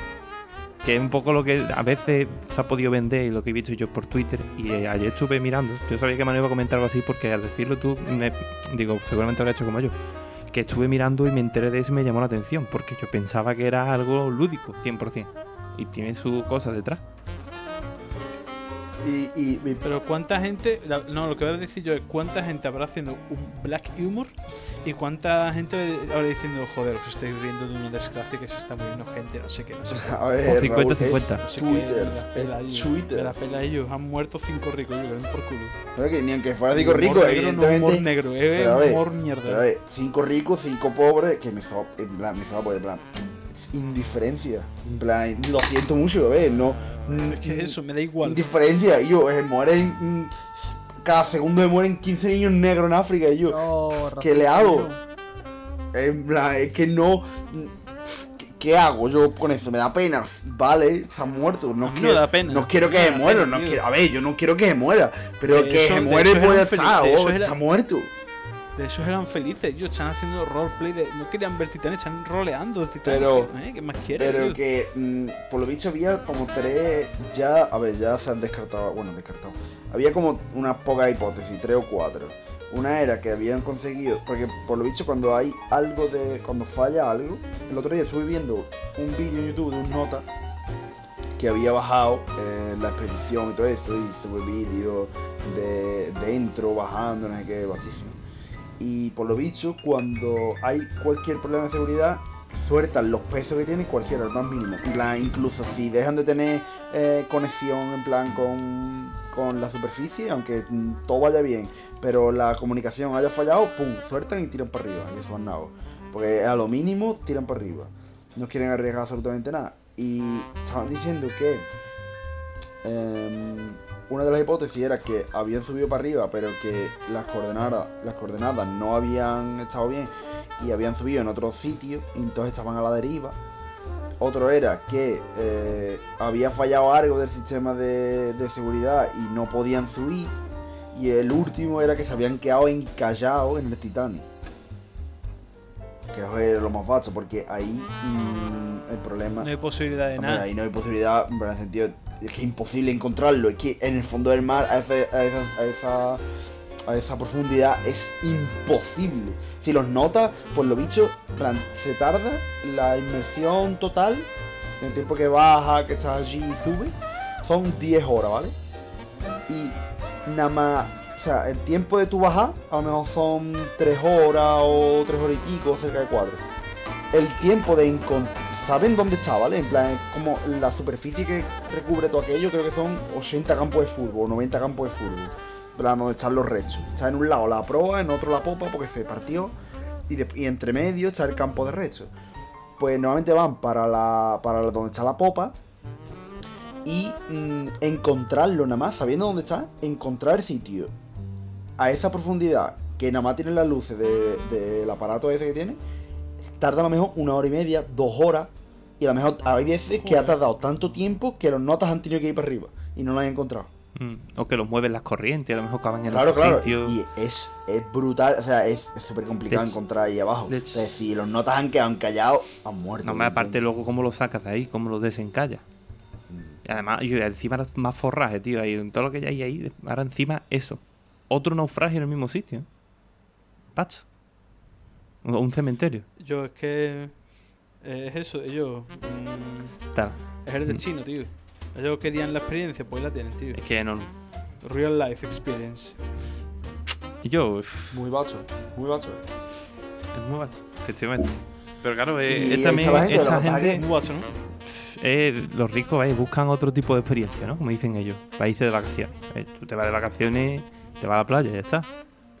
Speaker 3: Que es un poco lo que a veces se ha podido vender y lo que he visto yo por Twitter. Y eh, ayer estuve mirando. Yo sabía que Manu iba a comentar algo así porque al decirlo tú, me, digo, seguramente habrá hecho como yo. Que estuve mirando y me enteré de eso y me llamó la atención. Porque yo pensaba que era algo lúdico, 100%. Y tiene su cosa detrás.
Speaker 5: Y, y, y-
Speaker 2: Pero cuánta gente, la- no, lo que voy a decir yo es cuánta gente habrá haciendo un black humor y cuánta gente habrá diciendo, joder, os estáis riendo de una desgracia que se está muriendo gente, no sé qué, no sé qué.
Speaker 5: a ver,
Speaker 3: O 50,
Speaker 5: Raúl, es
Speaker 3: 50.
Speaker 2: No sé qué,
Speaker 5: Twitter,
Speaker 2: de la
Speaker 5: es
Speaker 2: pela ellos, De
Speaker 5: Twitter.
Speaker 2: la pela ellos, han muerto cinco ricos, yo creo, por culo.
Speaker 5: Pero que ni aunque fuera digo
Speaker 2: Humor
Speaker 5: rico,
Speaker 2: negro, no humor
Speaker 5: evidentemente.
Speaker 2: negro,
Speaker 5: Pero a
Speaker 2: es
Speaker 5: ver,
Speaker 2: humor mierda.
Speaker 5: Pero a ver, cinco ricos, cinco pobres, que me sopa, en plan, me sopa, en plan, indiferencia. En plan, lo siento mucho, a ver, no.
Speaker 2: Es que es eso, me da igual.
Speaker 5: Indiferencia, y yo, eh, mueren. mm, Cada segundo me mueren 15 niños negros en África, y yo. ¿Qué le hago? En plan, es que no. mm, ¿Qué, qué hago yo con eso? Me da pena. Vale, se ha muerto. No,
Speaker 2: A mí no
Speaker 5: quiero,
Speaker 2: da pena.
Speaker 5: No quiero que
Speaker 2: No
Speaker 5: se
Speaker 2: da
Speaker 5: muera.
Speaker 2: pena,
Speaker 5: No
Speaker 2: tío.
Speaker 5: quiero- a ver, yo no quiero que se muera. Pero
Speaker 2: De
Speaker 5: que
Speaker 2: eso- de
Speaker 5: se muere,
Speaker 2: eso es
Speaker 5: pues ya
Speaker 2: el
Speaker 5: está.
Speaker 2: infeliz, de
Speaker 5: oh,
Speaker 2: eso es el-
Speaker 5: Está muerto.
Speaker 2: De esos eran felices, ellos están haciendo roleplay, de, no querían ver Titanic, están roleando Titanic.
Speaker 5: Pero-
Speaker 2: tío, ¿eh? ¿Qué más quieres?
Speaker 5: Pero
Speaker 2: tío?
Speaker 5: que, mm, por lo visto, había como tres. Ya, a ver, ya se han descartado. Bueno, descartado. Había como unas pocas hipótesis, tres o cuatro. Una era que habían conseguido. Porque, por lo visto, cuando hay algo de. Cuando falla algo. El otro día estuve viendo un vídeo en YouTube de un nota que había bajado eh, la expedición y todo eso. Y sube vídeos de dentro, bajando, no sé qué, batísimo. Y por lo visto, cuando hay cualquier problema de seguridad, sueltan los pesos que tienen cualquiera, el más mínimo. En plan, incluso si dejan de tener eh, conexión en plan con, con la superficie, aunque mm, todo vaya bien, pero la comunicación haya fallado, pum, sueltan y tiran para arriba, que son nabos. Porque a lo mínimo tiran para arriba. No quieren arriesgar absolutamente nada. Y estaban diciendo que em, una de las hipótesis era que habían subido para arriba, pero que las coordenadas, las coordenadas no habían estado bien y habían subido en otro sitio y entonces estaban a la deriva. Otro era que eh, había fallado algo del sistema de, de seguridad y no podían subir. Y el último era que se habían quedado encallados en el Titanic. Que es lo más vasto, porque ahí mm, el problema...
Speaker 2: no hay posibilidad de
Speaker 5: Hombre,
Speaker 2: nada.
Speaker 5: ahí no hay posibilidad, en el sentido, es que es imposible encontrarlo, es que en el fondo del mar, a ese- a esa, a esa, a esa profundidad, es imposible. Si los notas, por lo visto, en plan, se tarda la inmersión total, en el tiempo que baja, que estás allí y sube, son 10 horas, ¿vale? Y nada más, o sea, el tiempo de tu bajar, a lo mejor son 3 horas o 3 horas y pico, cerca de 4 el tiempo de encontrar. ¿Saben dónde está, vale? En plan, es como la superficie que recubre todo aquello, creo que son 80 campos de fútbol, 90 campos de fútbol. En plan, donde están los restos. Está en un lado la proa, en otro la popa, porque se partió. Y, de- y entre medio está el campo de restos. Pues normalmente van para la. para la- donde está la popa. Y mm, encontrarlo nada más, sabiendo dónde está, encontrar el sitio a esa profundidad, que nada más tienen las luces de- del aparato ese que tiene, tarda a lo mejor una hora y media, dos horas. Y a lo mejor hay veces que ha tardado tanto tiempo que los notas han tenido que ir para arriba y no lo han encontrado.
Speaker 3: Mm, O que los mueven las corrientes, a lo mejor caban en
Speaker 5: Claro,
Speaker 3: otro
Speaker 5: claro.
Speaker 3: sitio.
Speaker 5: Y es, es brutal, o sea, es es súper complicado
Speaker 3: De hecho-
Speaker 5: encontrar ahí abajo.
Speaker 3: de
Speaker 5: Es
Speaker 3: hecho-
Speaker 5: decir, si los notas han quedado callados, han muerto.
Speaker 3: No me aparte luego cómo lo sacas de ahí, cómo lo desencallas.
Speaker 5: Mm.
Speaker 3: Además, yo, encima más forraje, tío. Ahí, en todo lo que hay ahí, ahora encima eso. Otro naufragio en el mismo sitio. Pacho. O Un cementerio.
Speaker 2: Yo es que. eh, es eso, ellos. mm,
Speaker 3: Tal.
Speaker 5: Mm.
Speaker 2: es el destino, tío. Ellos querían la experiencia, pues la tienen, tío.
Speaker 3: Es que no.
Speaker 2: Real life experience.
Speaker 3: Y yo, uf,
Speaker 5: Muy bacho, muy bacho.
Speaker 3: es muy bacho, efectivamente. Pero claro, eh,
Speaker 5: Y
Speaker 3: es
Speaker 5: ahí
Speaker 3: también
Speaker 5: está la gente, lo
Speaker 3: esta
Speaker 5: que pasa
Speaker 3: gente,
Speaker 5: que-
Speaker 2: Muy guacho, ¿no?
Speaker 3: eh, los ricos eh, buscan otro tipo de experiencia, ¿no? Como dicen ellos, países de vacaciones. Eh, tú te vas de vacaciones, te vas a la playa, ya está.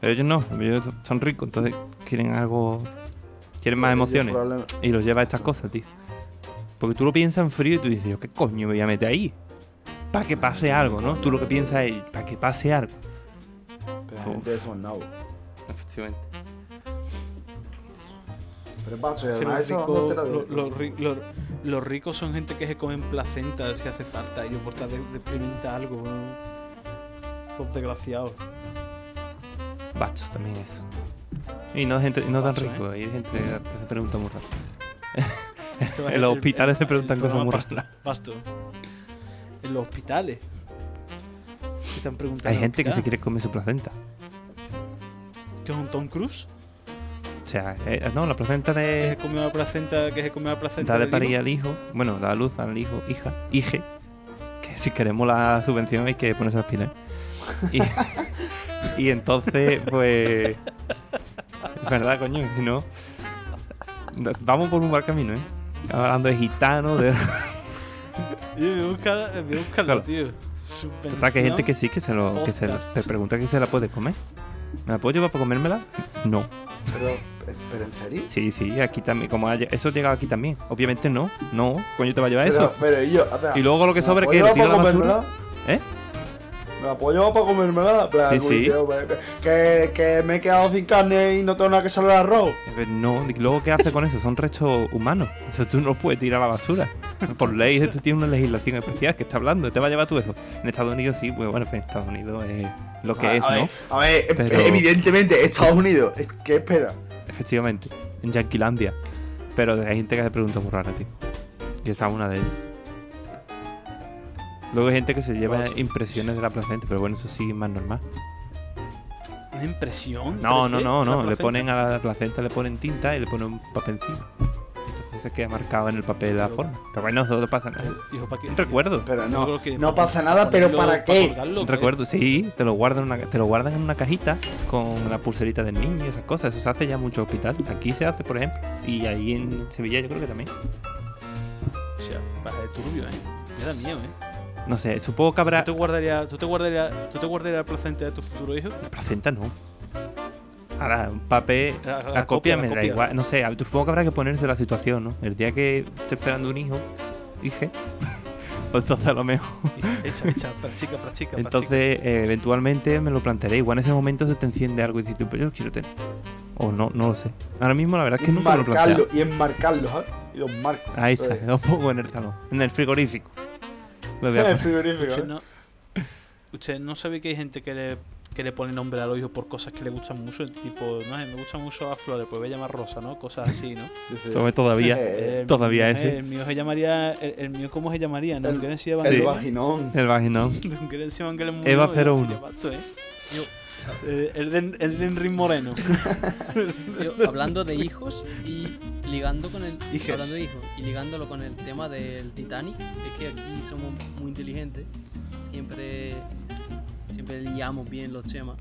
Speaker 3: Pero ellos no, ellos son ricos, entonces quieren algo, quieren más emociones.
Speaker 5: Problema-
Speaker 3: Y los lleva a estas cosas, tío. Porque tú lo piensas en frío y tú dices, yo qué coño me voy a meter ahí. Para que pase algo, ¿no? Tú lo que piensas es, para que pase algo.
Speaker 5: pero la
Speaker 3: Uf.
Speaker 5: gente de Fortnite.
Speaker 3: Efectivamente.
Speaker 5: Pero es bacho, y
Speaker 2: Que
Speaker 5: además
Speaker 2: los,
Speaker 5: eso
Speaker 2: ricos,
Speaker 5: no te la digo.
Speaker 2: lo- los ri- los- los ricos son gente que se comen placenta si hace falta y por tal de, de experimentar algo. ¿no? Los desgraciados.
Speaker 3: Bacho, también eso. Y no, gente, no tan
Speaker 2: Bacho, ¿eh?
Speaker 3: rico, hay gente que se pregunta muy raro.
Speaker 2: Se va
Speaker 3: En
Speaker 2: el-
Speaker 3: los hospitales se
Speaker 2: el-
Speaker 3: preguntan
Speaker 2: el
Speaker 3: cosas
Speaker 2: programa
Speaker 3: muy
Speaker 2: Pasto-
Speaker 3: raras.
Speaker 2: Pasto. En los hospitales. Se están preguntando.
Speaker 3: Hay
Speaker 2: en
Speaker 3: gente que se
Speaker 2: hospital,
Speaker 3: quiere comer su placenta.
Speaker 2: ¿Qué es un Tom Cruise?
Speaker 3: O sea, eh, no, la placenta
Speaker 2: ¿Que se
Speaker 3: de,
Speaker 2: comió la placenta? ¿Que se comió la placenta?
Speaker 3: da de
Speaker 2: del
Speaker 3: parir
Speaker 2: hijo?
Speaker 3: al hijo. Bueno, da a luz al hijo, hija, hije. Que si queremos la subvención hay que ponerse las pilas. Y, y entonces, pues. Es verdad, coño, si no. no- Vamos por un mal camino, ¿eh? Hablando de gitano, de.
Speaker 2: Yo voy a buscar- voy a buscarlo,
Speaker 3: Claro.
Speaker 2: tío.
Speaker 3: Total, que hay gente que sí, que se lo. Que se, lo-
Speaker 2: Podcast.
Speaker 3: se pregunta que se la puede comer. ¿Me la puedo llevar para comérmela? No.
Speaker 5: Pero, pero en serio.
Speaker 3: Sí, sí, aquí también. Como haya- eso llegado aquí también. Obviamente no. No, coño, te va a llevar eso.
Speaker 5: Pero, pero y yo, o sea,
Speaker 3: Y luego lo que
Speaker 5: ¿me
Speaker 3: sobre
Speaker 5: puedo
Speaker 3: que lo
Speaker 5: llevar
Speaker 3: tira a la
Speaker 5: para
Speaker 3: basura.
Speaker 5: comérmela?
Speaker 3: ¿Eh?
Speaker 5: Me apoyo para comérmela. en plan,
Speaker 3: Sí,
Speaker 5: como
Speaker 3: sí.
Speaker 5: diciendo, "Me- Que, que me he quedado sin carne y no tengo nada que salir arroz.
Speaker 3: A ver, No, y luego ¿qué hace con eso? Son restos humanos. Eso tú no lo puedes tirar a la basura. Por ley, esto tiene una legislación especial que está hablando. ¿Te va a llevar tú eso? En Estados Unidos sí, pues bueno, en fin, Estados Unidos es lo que
Speaker 5: a,
Speaker 3: es,
Speaker 5: a
Speaker 3: ¿no?
Speaker 5: ver, a ver, e-
Speaker 3: Pero-
Speaker 5: evidentemente, Estados Unidos. es- ¿Qué espera?
Speaker 3: Efectivamente, en Yanquilandia. Pero hay gente que hace preguntas muy raras, tío. Y esa es una de ellas. Luego hay gente que se lleva
Speaker 5: Pues-
Speaker 3: impresiones de la placenta, pero bueno, eso sí es más normal.
Speaker 2: Una impresión.
Speaker 3: No, no,
Speaker 2: 3D,
Speaker 3: no,
Speaker 2: una
Speaker 3: no. Le
Speaker 2: placenta.
Speaker 3: ponen a la placenta, le ponen tinta y le ponen un papel encima. Entonces se queda marcado en el papel la forma. Pero bueno, eso no pasa nada.
Speaker 2: Hijo, ¿pa' qué-
Speaker 3: Un recuerdo.
Speaker 5: Pero
Speaker 2: Yo
Speaker 5: no,
Speaker 2: creo que
Speaker 5: no
Speaker 2: pa-
Speaker 5: pasa nada, pero
Speaker 2: ponerlo-
Speaker 5: ¿para qué?
Speaker 2: colgarlo,
Speaker 3: Un
Speaker 2: ¿qué?
Speaker 3: recuerdo, sí, te lo guardan en una, te lo guardan en una cajita con la pulserita del niño y esas cosas. Eso se hace ya en muchos hospitales. Aquí se hace, por ejemplo, y ahí en Sevilla yo creo que también.
Speaker 2: O sea, para el turbio, ¿eh? Me da miedo, ¿eh?
Speaker 3: No sé, supongo que habrá
Speaker 2: ¿Tú te guardarías, tú te guardarías, tú te guardarías la placenta de tu futuro hijo?
Speaker 3: la placenta no. Ahora, un papel,
Speaker 2: La-
Speaker 3: la,
Speaker 2: Ah, la copia,
Speaker 3: copia
Speaker 2: la
Speaker 3: me da
Speaker 2: copia.
Speaker 3: igual. No sé, supongo que habrá que ponerse la situación, ¿no? El día que esté esperando un hijo, dije, pues entonces a lo mejor
Speaker 2: Echa, echa, practica, practica, practica.
Speaker 3: Entonces, eh, eventualmente me lo plantearé. Igual en ese momento se te enciende algo y dices, tú, pero yo lo quiero tener. O no, no lo sé. Ahora mismo la verdad es que nunca me lo
Speaker 5: marcarlo,
Speaker 3: planteo.
Speaker 5: y enmarcarlo, ¿sabes? Y Pues, los marco.
Speaker 3: Ahí está,
Speaker 5: Entonces,
Speaker 3: lo pongo en el salón, en el frigorífico. Lo voy a
Speaker 5: Es
Speaker 3: poner.
Speaker 5: frigorífico,
Speaker 2: Usted
Speaker 5: ¿eh?
Speaker 2: no, usted no sabe que hay gente que le, que le pone nombre a los hijos por cosas que le gustan mucho, tipo, no sé, me gustan mucho las flores, pues voy a llamar Rosa, ¿no? Cosas así, ¿no?
Speaker 5: Sí, sí.
Speaker 3: Tome todavía
Speaker 5: Eh,
Speaker 2: El
Speaker 3: Todavía
Speaker 2: mío-
Speaker 3: ese.
Speaker 2: El mío se llamaría, el, el mío cómo se llamaría, ¿no?
Speaker 5: El-
Speaker 2: Que decía
Speaker 5: El
Speaker 3: Sí.
Speaker 5: vaginón.
Speaker 3: el vaginón.
Speaker 2: Que decía Evangelion Mundo,
Speaker 3: Eva
Speaker 2: y
Speaker 3: 01.
Speaker 2: chica, macho, ¿eh? Yo, eh, el, de, el de Enric Moreno.
Speaker 4: Yo, hablando de hijos y ligando con el
Speaker 2: Hijes.
Speaker 4: hablando de hijos y ligándolo con el tema del Titanic, es que aquí somos muy inteligentes, siempre siempre liamos bien los temas,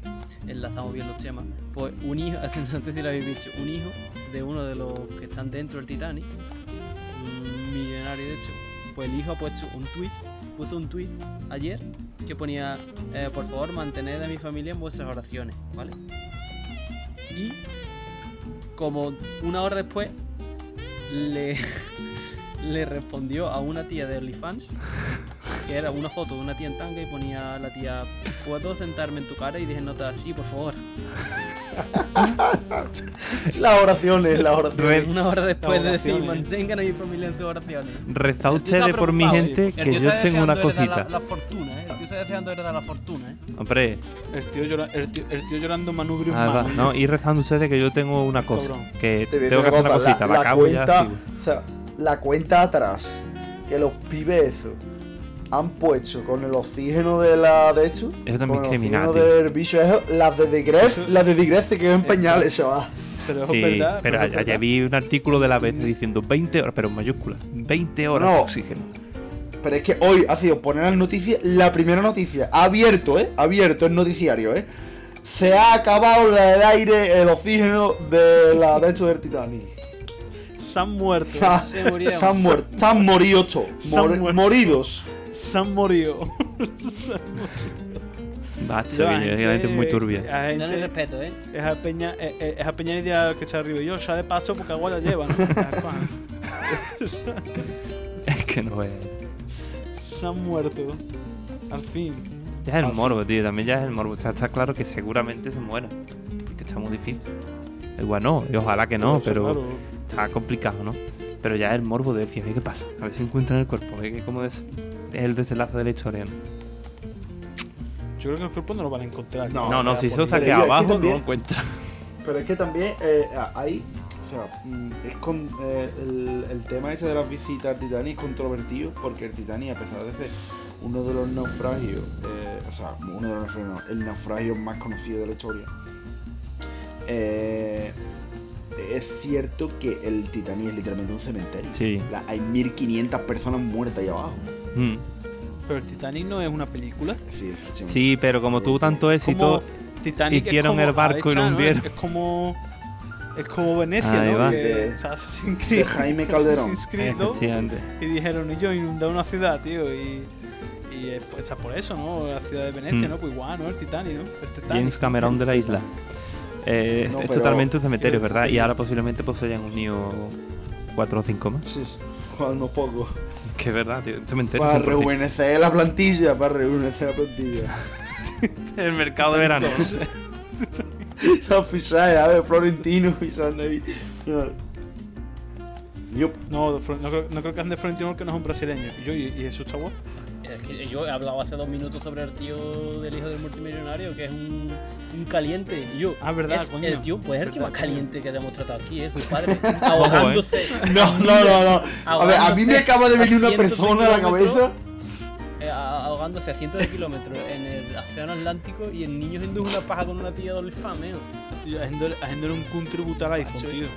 Speaker 4: enlazamos bien los temas. Pues un hijo, no sé si lo habéis dicho, un hijo de uno de los que están dentro del Titanic, un millonario de hecho, pues el hijo ha puesto un tweet, puso un tweet ayer que ponía eh, por favor mantened a mi familia en vuestras oraciones, ¿vale? Y como una hora después le, le respondió a una tía de OnlyFans que era una foto de una tía en tanga y ponía la tía ¿puedo sentarme en tu cara? y dije no te así por favor
Speaker 5: Las oraciones, las oraciones.
Speaker 3: Re-
Speaker 4: una hora después de decir
Speaker 2: Oraciones.
Speaker 4: mantengan a mi familia en sus oraciones
Speaker 3: Reza
Speaker 4: El tío estaba
Speaker 3: ustedes por mi
Speaker 4: preocupado.
Speaker 3: gente
Speaker 2: sí.
Speaker 4: El
Speaker 3: que
Speaker 4: tío
Speaker 3: yo
Speaker 4: está
Speaker 3: tengo una
Speaker 4: deseando heredar
Speaker 3: cosita.
Speaker 4: la, la fortuna eh el tío está deseando heredar la fortuna eh
Speaker 3: Hombre,
Speaker 2: El tío, llora- el tío, el tío llorando manubrio
Speaker 3: ah, va, no, y rezando ustedes que yo tengo una cosa.
Speaker 2: Cabrón.
Speaker 3: Que
Speaker 5: Te voy a
Speaker 3: tengo que
Speaker 5: decir
Speaker 3: hacer una
Speaker 5: cosa,
Speaker 3: cosita. La acabo ya.
Speaker 5: cuenta,
Speaker 3: sí, güey.
Speaker 5: o sea, la cuenta atrás que los pibes eso han puesto con el oxígeno de la de hecho
Speaker 3: Eso también
Speaker 5: con
Speaker 3: es
Speaker 5: el
Speaker 3: criminal,
Speaker 5: oxígeno
Speaker 3: tío.
Speaker 5: del bicho eso, las de Digress
Speaker 2: Eso-
Speaker 5: las de Digress se quedan en
Speaker 2: Eh,
Speaker 5: pañales chaval
Speaker 2: Pero es
Speaker 3: Sí,
Speaker 2: verdad.
Speaker 3: pero
Speaker 2: es
Speaker 3: ayer
Speaker 2: verdad.
Speaker 3: vi un artículo de la ABC diciendo 20 horas, pero en mayúscula, 20 horas
Speaker 5: No.
Speaker 3: oxígeno.
Speaker 5: Pero es que hoy ha sido poner las noticias, la primera noticia, ha abierto, ¿eh? Ha Abierto el noticiario, ¿eh? Se ha acabado la- el aire, el oxígeno de la de hecho del Titanic.
Speaker 2: Se han muerto.
Speaker 5: Ah.
Speaker 4: Se murieron.
Speaker 5: Se han muerto, se han morido todos.
Speaker 2: Pues, Se han
Speaker 5: Mor-
Speaker 2: muerto.
Speaker 5: moridos.
Speaker 2: Se han morido.
Speaker 3: Macho, que la gente es
Speaker 5: eh,
Speaker 3: muy turbia.
Speaker 2: La
Speaker 4: No hay
Speaker 2: gente,
Speaker 4: respeto, ¿eh?
Speaker 2: esa peña, eh, eh, esa peña ni idea que se arriba. Yo, sale paso porque agua la llevan. Las cosas.
Speaker 3: Es que no
Speaker 5: pues,
Speaker 3: es.
Speaker 2: Se han muerto. Al fin.
Speaker 3: Ya es el morbo, tío. También ya es el morbo. Está, está claro que seguramente se muera. Porque está muy difícil. Igual no, y ojalá que no,
Speaker 2: Está
Speaker 3: pero
Speaker 2: claro.
Speaker 3: está complicado, ¿no? Pero ya es el morbo de decir, "Ay, ¿qué pasa? A ver si encuentran el cuerpo. a ver qué- cómo es es el desenlace de la historia? ¿no?
Speaker 2: Yo creo que el cuerpo no lo van a encontrar.
Speaker 5: No,
Speaker 3: No, no,
Speaker 2: ya
Speaker 3: si
Speaker 2: por
Speaker 3: eso está
Speaker 2: ahí.
Speaker 3: que
Speaker 5: Pero yo aquí
Speaker 3: abajo, no lo
Speaker 5: también-
Speaker 3: encuentran.
Speaker 5: Pero es que también eh, hay. O sea, mm, es con, eh, el, el tema ese de las visitas al Titanic es controvertido porque el Titanic, a pesar de ser uno de los naufragios, eh, o sea, uno de los naufragios, no, el naufragio más conocido de la historia, eh, es cierto que el Titanic es literalmente un cementerio.
Speaker 3: Sí.
Speaker 5: La- hay 1500 personas muertas ahí abajo.
Speaker 3: Mm.
Speaker 2: Pero el Titanic no es una película.
Speaker 5: Sí, sí,
Speaker 3: Sí, pero como tuvo tanto éxito,
Speaker 2: Como Titanic es
Speaker 3: hicieron
Speaker 2: como
Speaker 3: el barco y
Speaker 2: Arecha,
Speaker 3: lo
Speaker 2: ¿no?
Speaker 3: hundieron.
Speaker 2: Es como. Es como Venecia,
Speaker 3: Ahí
Speaker 2: ¿no?
Speaker 3: va. Eh,
Speaker 2: Que- o sea, Assassin's Creed.
Speaker 5: de Jaime Calderón.
Speaker 2: Assassin's Creed, ¿no?
Speaker 3: efectivamente.
Speaker 2: Y dijeron, y yo inunda una ciudad, tío. Y, y es por- está por eso, ¿no? La ciudad de Venecia,
Speaker 3: Mm.
Speaker 2: ¿no? Pues guau, ¿no? El Titanic, ¿no? El Titanic.
Speaker 3: James Cameron de la isla. Eh, es-
Speaker 5: No,
Speaker 3: es,
Speaker 5: pero-
Speaker 3: totalmente un cementerio, ¿verdad? Y ahora posiblemente pues se hayan unido cuatro o cinco más.
Speaker 5: Sí, jugando poco.
Speaker 3: Que es verdad, tío. Un cementerio.
Speaker 5: Para
Speaker 3: 100%.
Speaker 5: rejuvenecer la plantilla, para rejuvenecer la plantilla.
Speaker 3: El mercado de verano.
Speaker 5: Los fichajes, a ver, Florentino pisando ahí. Yo,
Speaker 2: No, de Fro- no, creo, no creo que ande Florentino porque no es un brasileño. Y yo, y, y Jesús está guapo.
Speaker 4: Es que yo he hablado hace dos minutos sobre el tío del hijo del multimillonario, que es un, un caliente. Y yo,
Speaker 2: Ah, verdad,
Speaker 4: es
Speaker 2: coño.
Speaker 4: el tío, pues es el que
Speaker 2: Verdad,
Speaker 4: más
Speaker 2: coño. ¿eh?
Speaker 4: caliente que hayamos tratado aquí, es mi padre, ahogándose.
Speaker 5: No, no, no, no. A ver, a mí me acaba de venir una
Speaker 4: Cientos de
Speaker 5: persona a la
Speaker 4: kilómetros.
Speaker 5: cabeza.
Speaker 4: eh, a- ahogándose a cientos de kilómetros en el océano Atlántico y el niño induce una paja con una tía de OnlyFans, eh.
Speaker 2: Y haciéndole haciéndole un contributo al iPhone,
Speaker 4: sí.
Speaker 2: tío.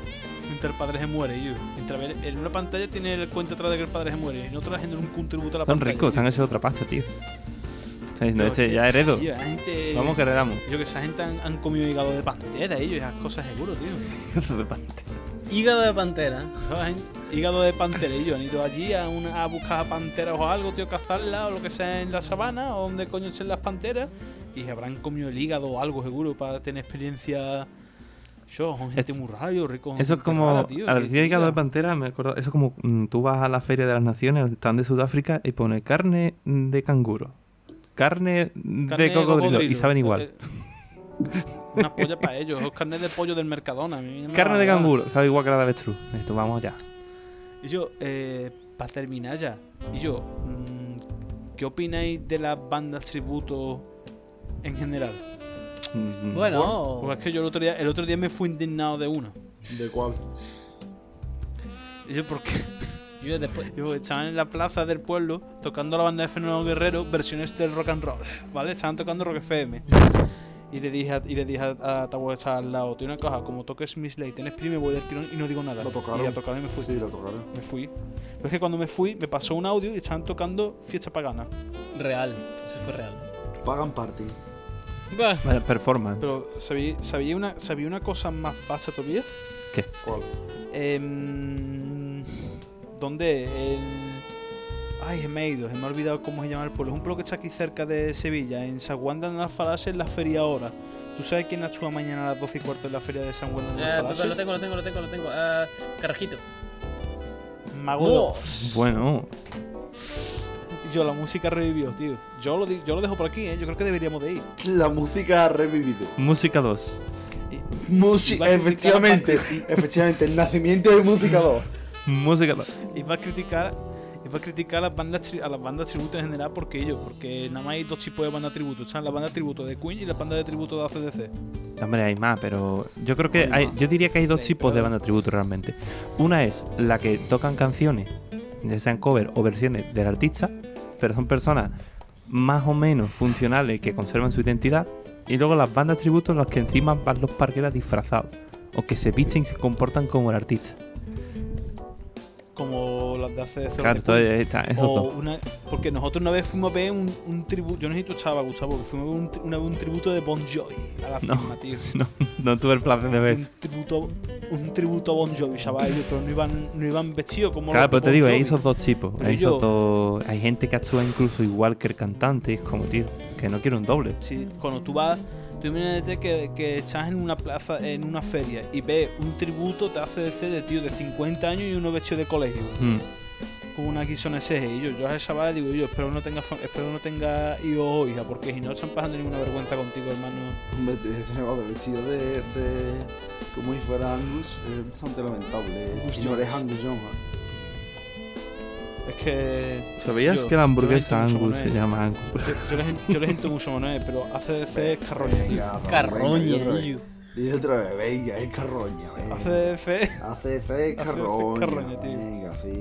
Speaker 2: Mientras el padre se muere, tío. Mientras ve- en una pantalla tiene el cuenta atrás de que el padre se muere. Y en otra haciéndole un contributo a la
Speaker 3: Son
Speaker 2: pantalla.
Speaker 3: ricos, están hecho otra pasta, tío. Están diciendo, este ya heredo.
Speaker 2: Sí, la gente...
Speaker 3: Vamos que heredamos.
Speaker 2: Yo que esa gente han, han comido hígado de pantera, ellos, esas cosas seguro, tío.
Speaker 3: Eso de parte.
Speaker 4: Hígado de pantera.
Speaker 2: Esa gente- Hígado de pantera, ellos han ido allí a, una- a buscar a panteras o algo, tío, cazarla o lo que sea en la sabana o donde coño estén las panteras. Y habrán comido el hígado o algo seguro para tener experiencia. Yo, con gente
Speaker 3: Es-
Speaker 2: muy rara, yo rico. con
Speaker 3: Eso es
Speaker 2: gente
Speaker 3: como.
Speaker 2: rara, tío,
Speaker 3: al
Speaker 2: que-
Speaker 3: decir hígado de
Speaker 2: tía.
Speaker 3: pantera, me acuerdo. Eso es como mm, tú vas a la Feria de las Naciones, al stand de Sudáfrica, y pone carne de canguro, carne,
Speaker 2: Carne
Speaker 3: de cocodrilo, y
Speaker 2: cocodrilo.
Speaker 3: saben igual.
Speaker 2: Eh, Una polla para ellos, es carne de pollo del Mercadona. a mí me
Speaker 3: Carne
Speaker 2: la-
Speaker 3: de canguro, sabe igual que la de avestruz. Y tú, vamos allá.
Speaker 2: Y yo, eh, para terminar ya, y yo, mm, ¿qué opináis de las bandas tributo en general?
Speaker 3: Mm,
Speaker 4: Bueno,
Speaker 2: Porque es que yo el otro día, el otro día me fui indignado de una.
Speaker 5: ¿De cuál?
Speaker 2: Y yo, ¿por qué?
Speaker 4: yo después.
Speaker 2: Yo, estaban en la plaza del pueblo tocando la banda de Fernando Guerrero, versiones del rock and roll, ¿vale? Estaban tocando Rock FM. Y le dije a, y le dije a, a Tabo que estaba al lado, tiene una caja, como toques Miss Lay, tienes prime, voy del tirón y no digo nada.
Speaker 5: Lo tocaron.
Speaker 2: Y la tocaron y me fui.
Speaker 5: Sí, la tocaron.
Speaker 2: Me fui. Pero es que cuando me fui, me pasó un audio y estaban tocando Fiesta Pagana.
Speaker 4: Real. Eso fue real. Eh,
Speaker 5: Pagan party.
Speaker 4: Bah.
Speaker 3: Vaya performance.
Speaker 2: Pero sabía, sabía, una, sabía una cosa más pasta todavía.
Speaker 5: ¿Cuál?
Speaker 2: Em, ¿Dónde? El... Ay, me he ido, se me ha olvidado cómo se llama el pueblo. Es un pueblo que está aquí cerca de Sevilla, en San Juan de Alfalase, en la feria ahora. ¿Tú sabes quién actúa mañana a las 12 y cuarto en la feria de San Juan de
Speaker 4: Eh,
Speaker 2: Alfalase?
Speaker 4: lo tengo, lo tengo, lo tengo, lo tengo. Eh, carajito.
Speaker 2: Mago de Oz.
Speaker 3: Bueno,
Speaker 2: Y Yo, la música revivió, tío. Yo lo, di- yo lo dejo por aquí, ¿eh? Yo creo que deberíamos de ir.
Speaker 5: La música ha revivido.
Speaker 3: música 2.
Speaker 5: Musi-
Speaker 2: Iba a criticar
Speaker 5: efectivamente,
Speaker 2: a
Speaker 5: efectivamente, el nacimiento de música 2.
Speaker 3: Música 2.
Speaker 2: iba a criticar iba a criticar a las bandas tri- a las bandas tributo en general porque ellos porque nada más hay dos tipos de bandas tributo están la banda tributo de Queen y la banda de tributo de ACDC
Speaker 3: Hombre, hay más, pero yo creo que
Speaker 5: Hay
Speaker 3: hay,
Speaker 5: más.
Speaker 3: yo diría que hay dos
Speaker 2: Sí,
Speaker 3: tipos de
Speaker 2: pero-
Speaker 3: banda tributo realmente. Una es la que tocan canciones, ya sean cover o versiones del artista, pero son personas más o menos funcionales que conservan su identidad. Y luego las bandas tributo en las que encima van los parqueras disfrazados, o que se visten y se comportan como el artista.
Speaker 2: como la de hace sobre
Speaker 3: Claro,
Speaker 2: Punk.
Speaker 3: entonces está, esos
Speaker 2: O
Speaker 3: dos.
Speaker 2: una, porque nosotros una vez fuimos a ver un, tributo. Yo no sé si tú estabas, Gustavo, que fuimos a ver un, tri- una vez un tributo de Bon Jovi a la
Speaker 3: No.
Speaker 2: firma, tío.
Speaker 3: No, no tuve el placer de ver
Speaker 2: Un
Speaker 3: eso.
Speaker 2: tributo, un tributo a Bon Jovi, chaval. ellos, Pero no iban, no iban vestidos como
Speaker 3: Claro,
Speaker 2: los de
Speaker 3: pero te
Speaker 2: Bon
Speaker 3: digo, hay
Speaker 2: Jovi.
Speaker 3: esos dos tipos.
Speaker 2: Pero
Speaker 3: Hay,
Speaker 2: yo-
Speaker 3: esos dos- hay gente que actúa incluso igual que el cantante. Es como, tío, que no quiero un doble.
Speaker 2: Sí, cuando tú vas, tú imagínate que, que estás en una plaza, en una feria, y ves un tributo, te hace decir de tío de 50 años y uno vestido de colegio,
Speaker 3: Mm.
Speaker 2: con una guisona SG. Y yo, yo a esa vara digo, yo espero no tenga, fa- espero no tenga hijo o hija, porque si no están pasando ninguna vergüenza contigo, hermano.
Speaker 5: Hombre, de, de vestido de, de- como si fuera Angus, es bastante lamentable.
Speaker 2: Angus
Speaker 5: Señores
Speaker 2: Jones.
Speaker 5: Angus Young. ¿eh?
Speaker 2: Es que.
Speaker 3: ¿Sabías
Speaker 2: yo-
Speaker 3: que la
Speaker 2: yo
Speaker 3: hamburguesa
Speaker 2: les entiendo
Speaker 3: Angus
Speaker 2: mucho,
Speaker 3: se
Speaker 2: Manuel.
Speaker 3: llama Angus?
Speaker 2: Yo, yo les en- yo les entiendo mucho, Manuel, pero ACDC es carroña, tío.
Speaker 5: Venga, vamos, venga,
Speaker 4: Carroña,
Speaker 5: di otra vez.
Speaker 4: tío.
Speaker 5: Dile otra vez, venga, es carroña. venga.
Speaker 2: ACDC.
Speaker 5: Hace fe
Speaker 2: Hace fe
Speaker 5: carroña.
Speaker 2: carroña, tío.
Speaker 5: Venga, sí.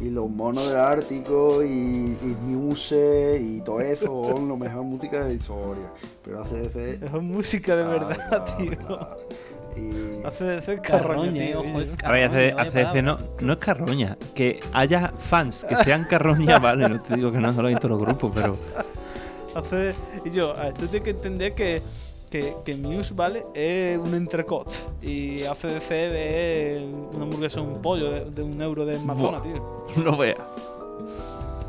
Speaker 5: Y los monos del Ártico, y, y Muse, y todo eso, son la mejor música de la historia. Pero hace fe.
Speaker 2: Es música de verdad, tío.
Speaker 5: Y.
Speaker 2: ACDC es carroña,
Speaker 4: Carroña, eh,
Speaker 2: tío.
Speaker 4: ojo, es
Speaker 3: A ver, hace,
Speaker 4: carroña, vaya
Speaker 3: hace-
Speaker 4: palabra.
Speaker 3: no, no es carroña. Que haya fans que sean carroña, vale. No te digo que no solo en todos los grupos, pero.
Speaker 2: Hace- y yo, a ver, tú tienes que entender que, que, que Muse, ¿vale? Es un entrecot. Y ACDC es una hamburguesa, un pollo de, de un euro de Amazona,
Speaker 3: Buah.
Speaker 2: tío.
Speaker 3: No veas.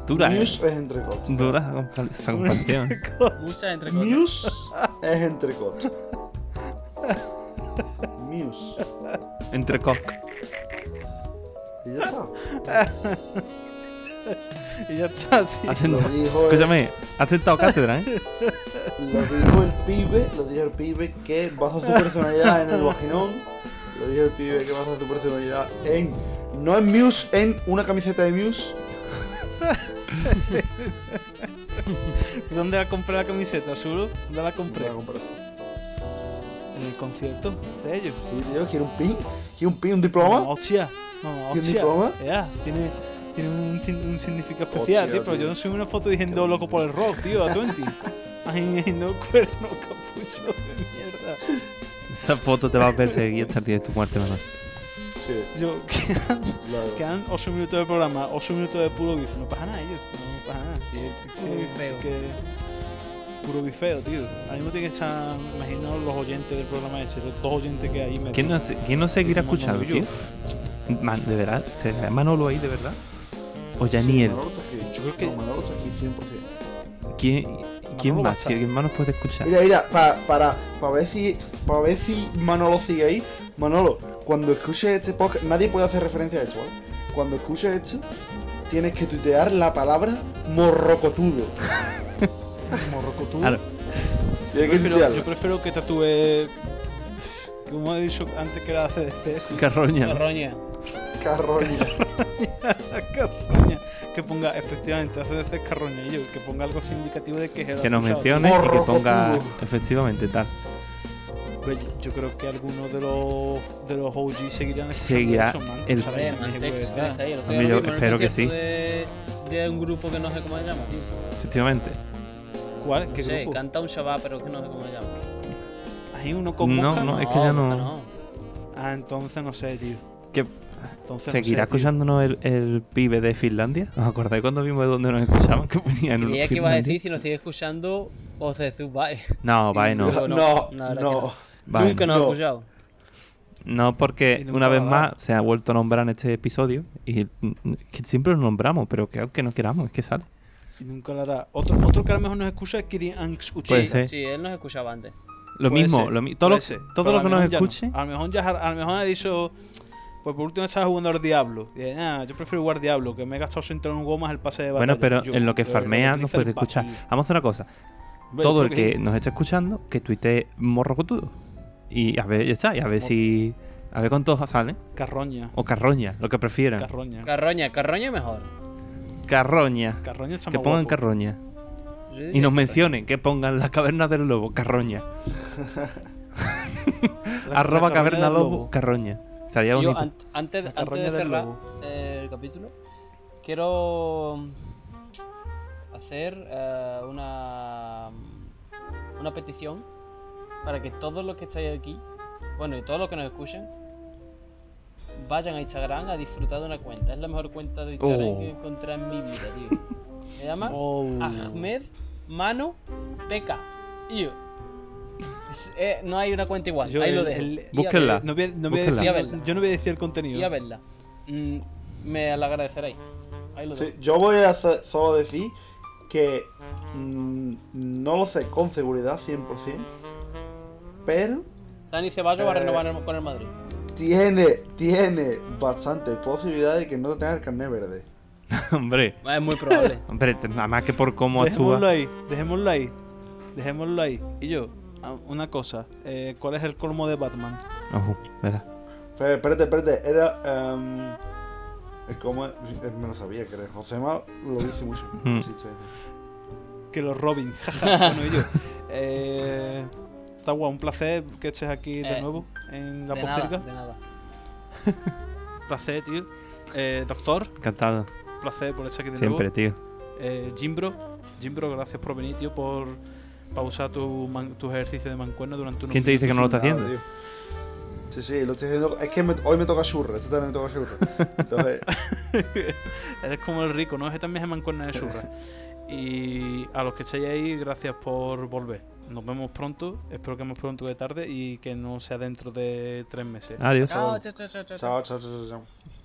Speaker 3: Dura, ¿eh?
Speaker 5: Muse es entrecot.
Speaker 3: Dura esa compa- esa comparación.
Speaker 4: Mucha entre comillas.
Speaker 5: Muse es entrecot. Muse.
Speaker 3: Entre cock.
Speaker 5: Y ya está.
Speaker 2: Y ya está, tío.
Speaker 3: Has sentado-
Speaker 5: Lo dijo él.
Speaker 3: Escúchame, has sentado cátedra, ¿eh?
Speaker 5: Lo dijo el pibe, lo dijo el pibe que basa su personalidad en el vaginón. Lo dijo el pibe que basa su personalidad en. No en Muse, en una camiseta de Muse.
Speaker 2: ¿Dónde la compré la camiseta, Suro? ¿Dónde la compré?
Speaker 5: Para comprar. Sí,
Speaker 2: En el concierto de ellos.
Speaker 5: tío, quiero un pi. Quiero un pi, un diploma.
Speaker 2: Hostia. Mamá,
Speaker 5: ¿Y un
Speaker 2: hostia.
Speaker 5: diploma?
Speaker 2: Ya, tiene, tiene un, sin- un significado especial,
Speaker 5: Hostia,
Speaker 2: tío. Pero
Speaker 5: tío.
Speaker 2: yo no soy una foto diciendo loco por el rock, tío, a 20. Ay, ay, no, cuerno, capucho de mierda.
Speaker 3: Esa foto te va a perseguir hasta el día de tu muerte, Manuel.
Speaker 5: Sí,
Speaker 2: Yo,
Speaker 5: claro.
Speaker 2: quedan 8 minutos de programa, 8 minutos de puro bife. No pasa nada, ellos. No pasa nada. Sí, sí,
Speaker 4: Puro bifeo.
Speaker 2: que- puro bifeo, tío. Ahora mismo tiene que estar, imaginaos los oyentes del programa ese, los dos oyentes que hay.
Speaker 3: ¿Quién no, se- quién no seguirá escuchando, tío? Man, ¿De verdad? ¿Será Manolo ahí, de verdad? O Yaniel.
Speaker 5: Manolo está aquí.
Speaker 2: Yo creo que-
Speaker 5: No, Manolo está aquí 100%.
Speaker 3: ¿Quién, quién
Speaker 2: Manolo
Speaker 3: más?
Speaker 2: WhatsApp.
Speaker 3: tío? ¿Quién más nos puede escuchar?
Speaker 5: Mira, mira, pa- para, para ver si para ver si Manolo sigue ahí. Manolo, cuando escuches este podcast, nadie puede hacer referencia a esto, ¿vale? Cuando escuches esto, tienes que tuitear la palabra morrocotudo.
Speaker 2: Morrocotudo.
Speaker 3: Claro.
Speaker 5: Tienes
Speaker 2: Yo
Speaker 5: que
Speaker 2: prefiero,
Speaker 5: tuitearla.
Speaker 2: yo prefiero que tatúe. Como he dicho antes que era CDC, tío.
Speaker 3: Carroña. ¿no?
Speaker 4: Carroña.
Speaker 5: Carroña.
Speaker 2: Carroña. Que ponga, efectivamente, CDC es carroña. Y yo, que ponga algo significativo de que es el
Speaker 3: Que nos
Speaker 2: acusado, tío.
Speaker 3: mencione y que
Speaker 5: Morrocotudo.
Speaker 3: ponga efectivamente tal.
Speaker 2: Pues yo- yo creo que algunos de los, de los OG seguirán
Speaker 3: Seguirá el-
Speaker 4: A ver, Mantex, tienes ahí, lo estoy
Speaker 3: A mí yo
Speaker 4: abriendo en el
Speaker 3: espero que sí.
Speaker 4: concierto De, de un grupo que no sé cómo se llama, tío.
Speaker 3: Efectivamente.
Speaker 2: ¿Cuál?
Speaker 4: No
Speaker 2: ¿Qué
Speaker 4: sé,
Speaker 2: grupo?
Speaker 4: canta un chaval, pero que no sé cómo se llama.
Speaker 2: ¿Hay uno con
Speaker 3: No,
Speaker 2: mosca?
Speaker 3: no. es que ya no-
Speaker 4: ah, no.
Speaker 2: Ah, entonces no sé, tío.
Speaker 3: ¿Qué-
Speaker 2: Entonces no
Speaker 3: ¿Seguirá
Speaker 2: sé, tío.
Speaker 3: escuchándonos el, el pibe de Finlandia? ¿Os acordáis cuando vimos de dónde nos escuchaban? Que ponía en un
Speaker 4: Creía que ibas a decir si nos sigue escuchando José Zubae.
Speaker 3: No, vaya, no.
Speaker 4: Yo
Speaker 5: No,
Speaker 4: no, la verdad
Speaker 5: no.
Speaker 4: que
Speaker 5: no.
Speaker 4: no.
Speaker 3: vaya,
Speaker 4: Nunca nos
Speaker 5: no.
Speaker 4: ha escuchado.
Speaker 3: No, porque
Speaker 2: Y nunca
Speaker 3: una vez
Speaker 2: va a
Speaker 3: más
Speaker 2: dar.
Speaker 3: se ha vuelto a nombrar en este episodio y mm, que siempre lo nombramos, pero que aunque no queramos, es que sale.
Speaker 2: Y nunca lo hará. Otro, otro que a lo mejor nos escucha es Kirin Anxuchi.
Speaker 3: Puede
Speaker 4: sí,
Speaker 3: ser.
Speaker 4: sí, él nos escuchaba antes.
Speaker 3: Pues, Lo
Speaker 2: Puede
Speaker 3: mismo,
Speaker 2: ser,
Speaker 3: lo mi- todo
Speaker 2: puede
Speaker 3: lo,
Speaker 2: ser,
Speaker 3: todo
Speaker 2: pero
Speaker 3: lo
Speaker 2: a
Speaker 3: que nos
Speaker 2: mejor ya no.
Speaker 3: escuche.
Speaker 2: A lo mejor ya a lo mejor ha dicho, pues por último estaba jugando al Diablo. Y, dice, nah, yo prefiero jugar Diablo, que me he gastado 101 gomas el pase de batalla.
Speaker 3: Bueno, pero
Speaker 2: Yo,
Speaker 3: en lo que
Speaker 2: yo
Speaker 3: farmea
Speaker 2: utilizo
Speaker 3: nos
Speaker 2: el
Speaker 3: puede escuchar.
Speaker 2: pack.
Speaker 3: Vamos a hacer una cosa.
Speaker 2: Bueno,
Speaker 3: todo el
Speaker 2: creo
Speaker 3: que nos está escuchando, que tuitee morrocotudo. Y a ver, ya está, y a ver
Speaker 2: Mor-
Speaker 3: si. A ver cuántos salen.
Speaker 2: sí. Carroña.
Speaker 3: O carroña, lo que prefieran.
Speaker 2: Carroña.
Speaker 4: Carroña, Carroña mejor.
Speaker 3: carroña.
Speaker 2: Carroña está
Speaker 3: Que
Speaker 2: más
Speaker 3: pongan
Speaker 2: guapo.
Speaker 3: carroña.
Speaker 4: Yo
Speaker 3: Y
Speaker 4: diría
Speaker 3: nos
Speaker 4: que-
Speaker 3: mencionen, que pongan la caverna del lobo, carroña.
Speaker 2: La- la
Speaker 3: Arroba
Speaker 2: carroña
Speaker 3: caverna
Speaker 2: del
Speaker 3: lobo,
Speaker 2: lobo.
Speaker 3: carroña. Estaría
Speaker 4: Yo,
Speaker 3: bonito.
Speaker 4: an- antes,
Speaker 2: La
Speaker 4: antes
Speaker 2: carroña
Speaker 4: de
Speaker 2: del
Speaker 4: cerrar
Speaker 2: lobo.
Speaker 4: eh, el capítulo, quiero hacer eh, una, una petición para que todos los que estáis aquí, bueno, y todos los que nos escuchen, vayan a Instagram a disfrutar de una cuenta. Es la mejor cuenta de Instagram
Speaker 3: Oh.
Speaker 4: que he encontrado en mi vida, tío. Se llama
Speaker 5: Oh.
Speaker 4: Ahmed Mano PK. Y yo. Es- eh, no hay una cuenta igual.
Speaker 2: Yo
Speaker 4: Ahí lo
Speaker 2: el-
Speaker 4: dejo.
Speaker 2: el-
Speaker 4: Y a
Speaker 3: Búsquenla.
Speaker 2: No voy, a- no voy a decir-
Speaker 4: Y a verla.
Speaker 2: yo no voy a decir el
Speaker 4: ver-
Speaker 2: contenido.
Speaker 4: Y a verla. Mm, me la agradeceréis. Ahí lo dejo.
Speaker 5: Sí, yo voy a hacer- solo decir que mm, no lo sé con seguridad 100%, pero
Speaker 4: Dani Ceballos va a
Speaker 5: Eh,
Speaker 4: renovar el- con el Madrid.
Speaker 5: tiene, tiene bastante posibilidad de que no tenga el carnet verde.
Speaker 3: hombre,
Speaker 4: Es muy probable.
Speaker 3: hombre, te- nada más que por cómo
Speaker 2: Dejémoslo
Speaker 3: actúa.
Speaker 2: ahí, dejémoslo ahí. Dejémoslo ahí. Y yo, ah, una cosa, eh, ¿cuál es el colmo de Batman?
Speaker 3: Ojo, verás.
Speaker 5: Pero, espérate, espérate, era... em, es como... eh, Me lo sabía, creo. José Mar lo dice mucho.
Speaker 3: Mm.
Speaker 5: Sí, sí, sí.
Speaker 2: Que los Robin. jaja. bueno, y yo. Eh, Tawa, un placer que estés aquí de
Speaker 4: Eh,
Speaker 2: nuevo en la
Speaker 4: De nada, de
Speaker 2: pocerca.
Speaker 4: nada.
Speaker 2: Placer, tío. Eh, doctor,
Speaker 3: Encantado.
Speaker 2: placer por estar aquí de
Speaker 3: Siempre,
Speaker 2: nuevo.
Speaker 3: tío.
Speaker 2: Eh, Jimbro, Jimbro, gracias por venir, tío, por pausar tu man- tus ejercicios de mancuerna durante unos
Speaker 3: ¿Quién te dice que no lo está haciendo?
Speaker 5: Nada, tío. Sí, sí, lo estoy haciendo... Es que me- hoy me toca churra, esta tarde me toca churra. Entonces,
Speaker 2: Eres como el rico, ¿no? Ese también es mancuerna de churras. Y a los que estáis ahí, gracias por volver. Nos vemos pronto, espero que más pronto de tarde y que no sea dentro de tres meses.
Speaker 3: Adiós.
Speaker 4: Chao, chao, chao, chao, chao.
Speaker 5: chao, chao, chao, chao. chao.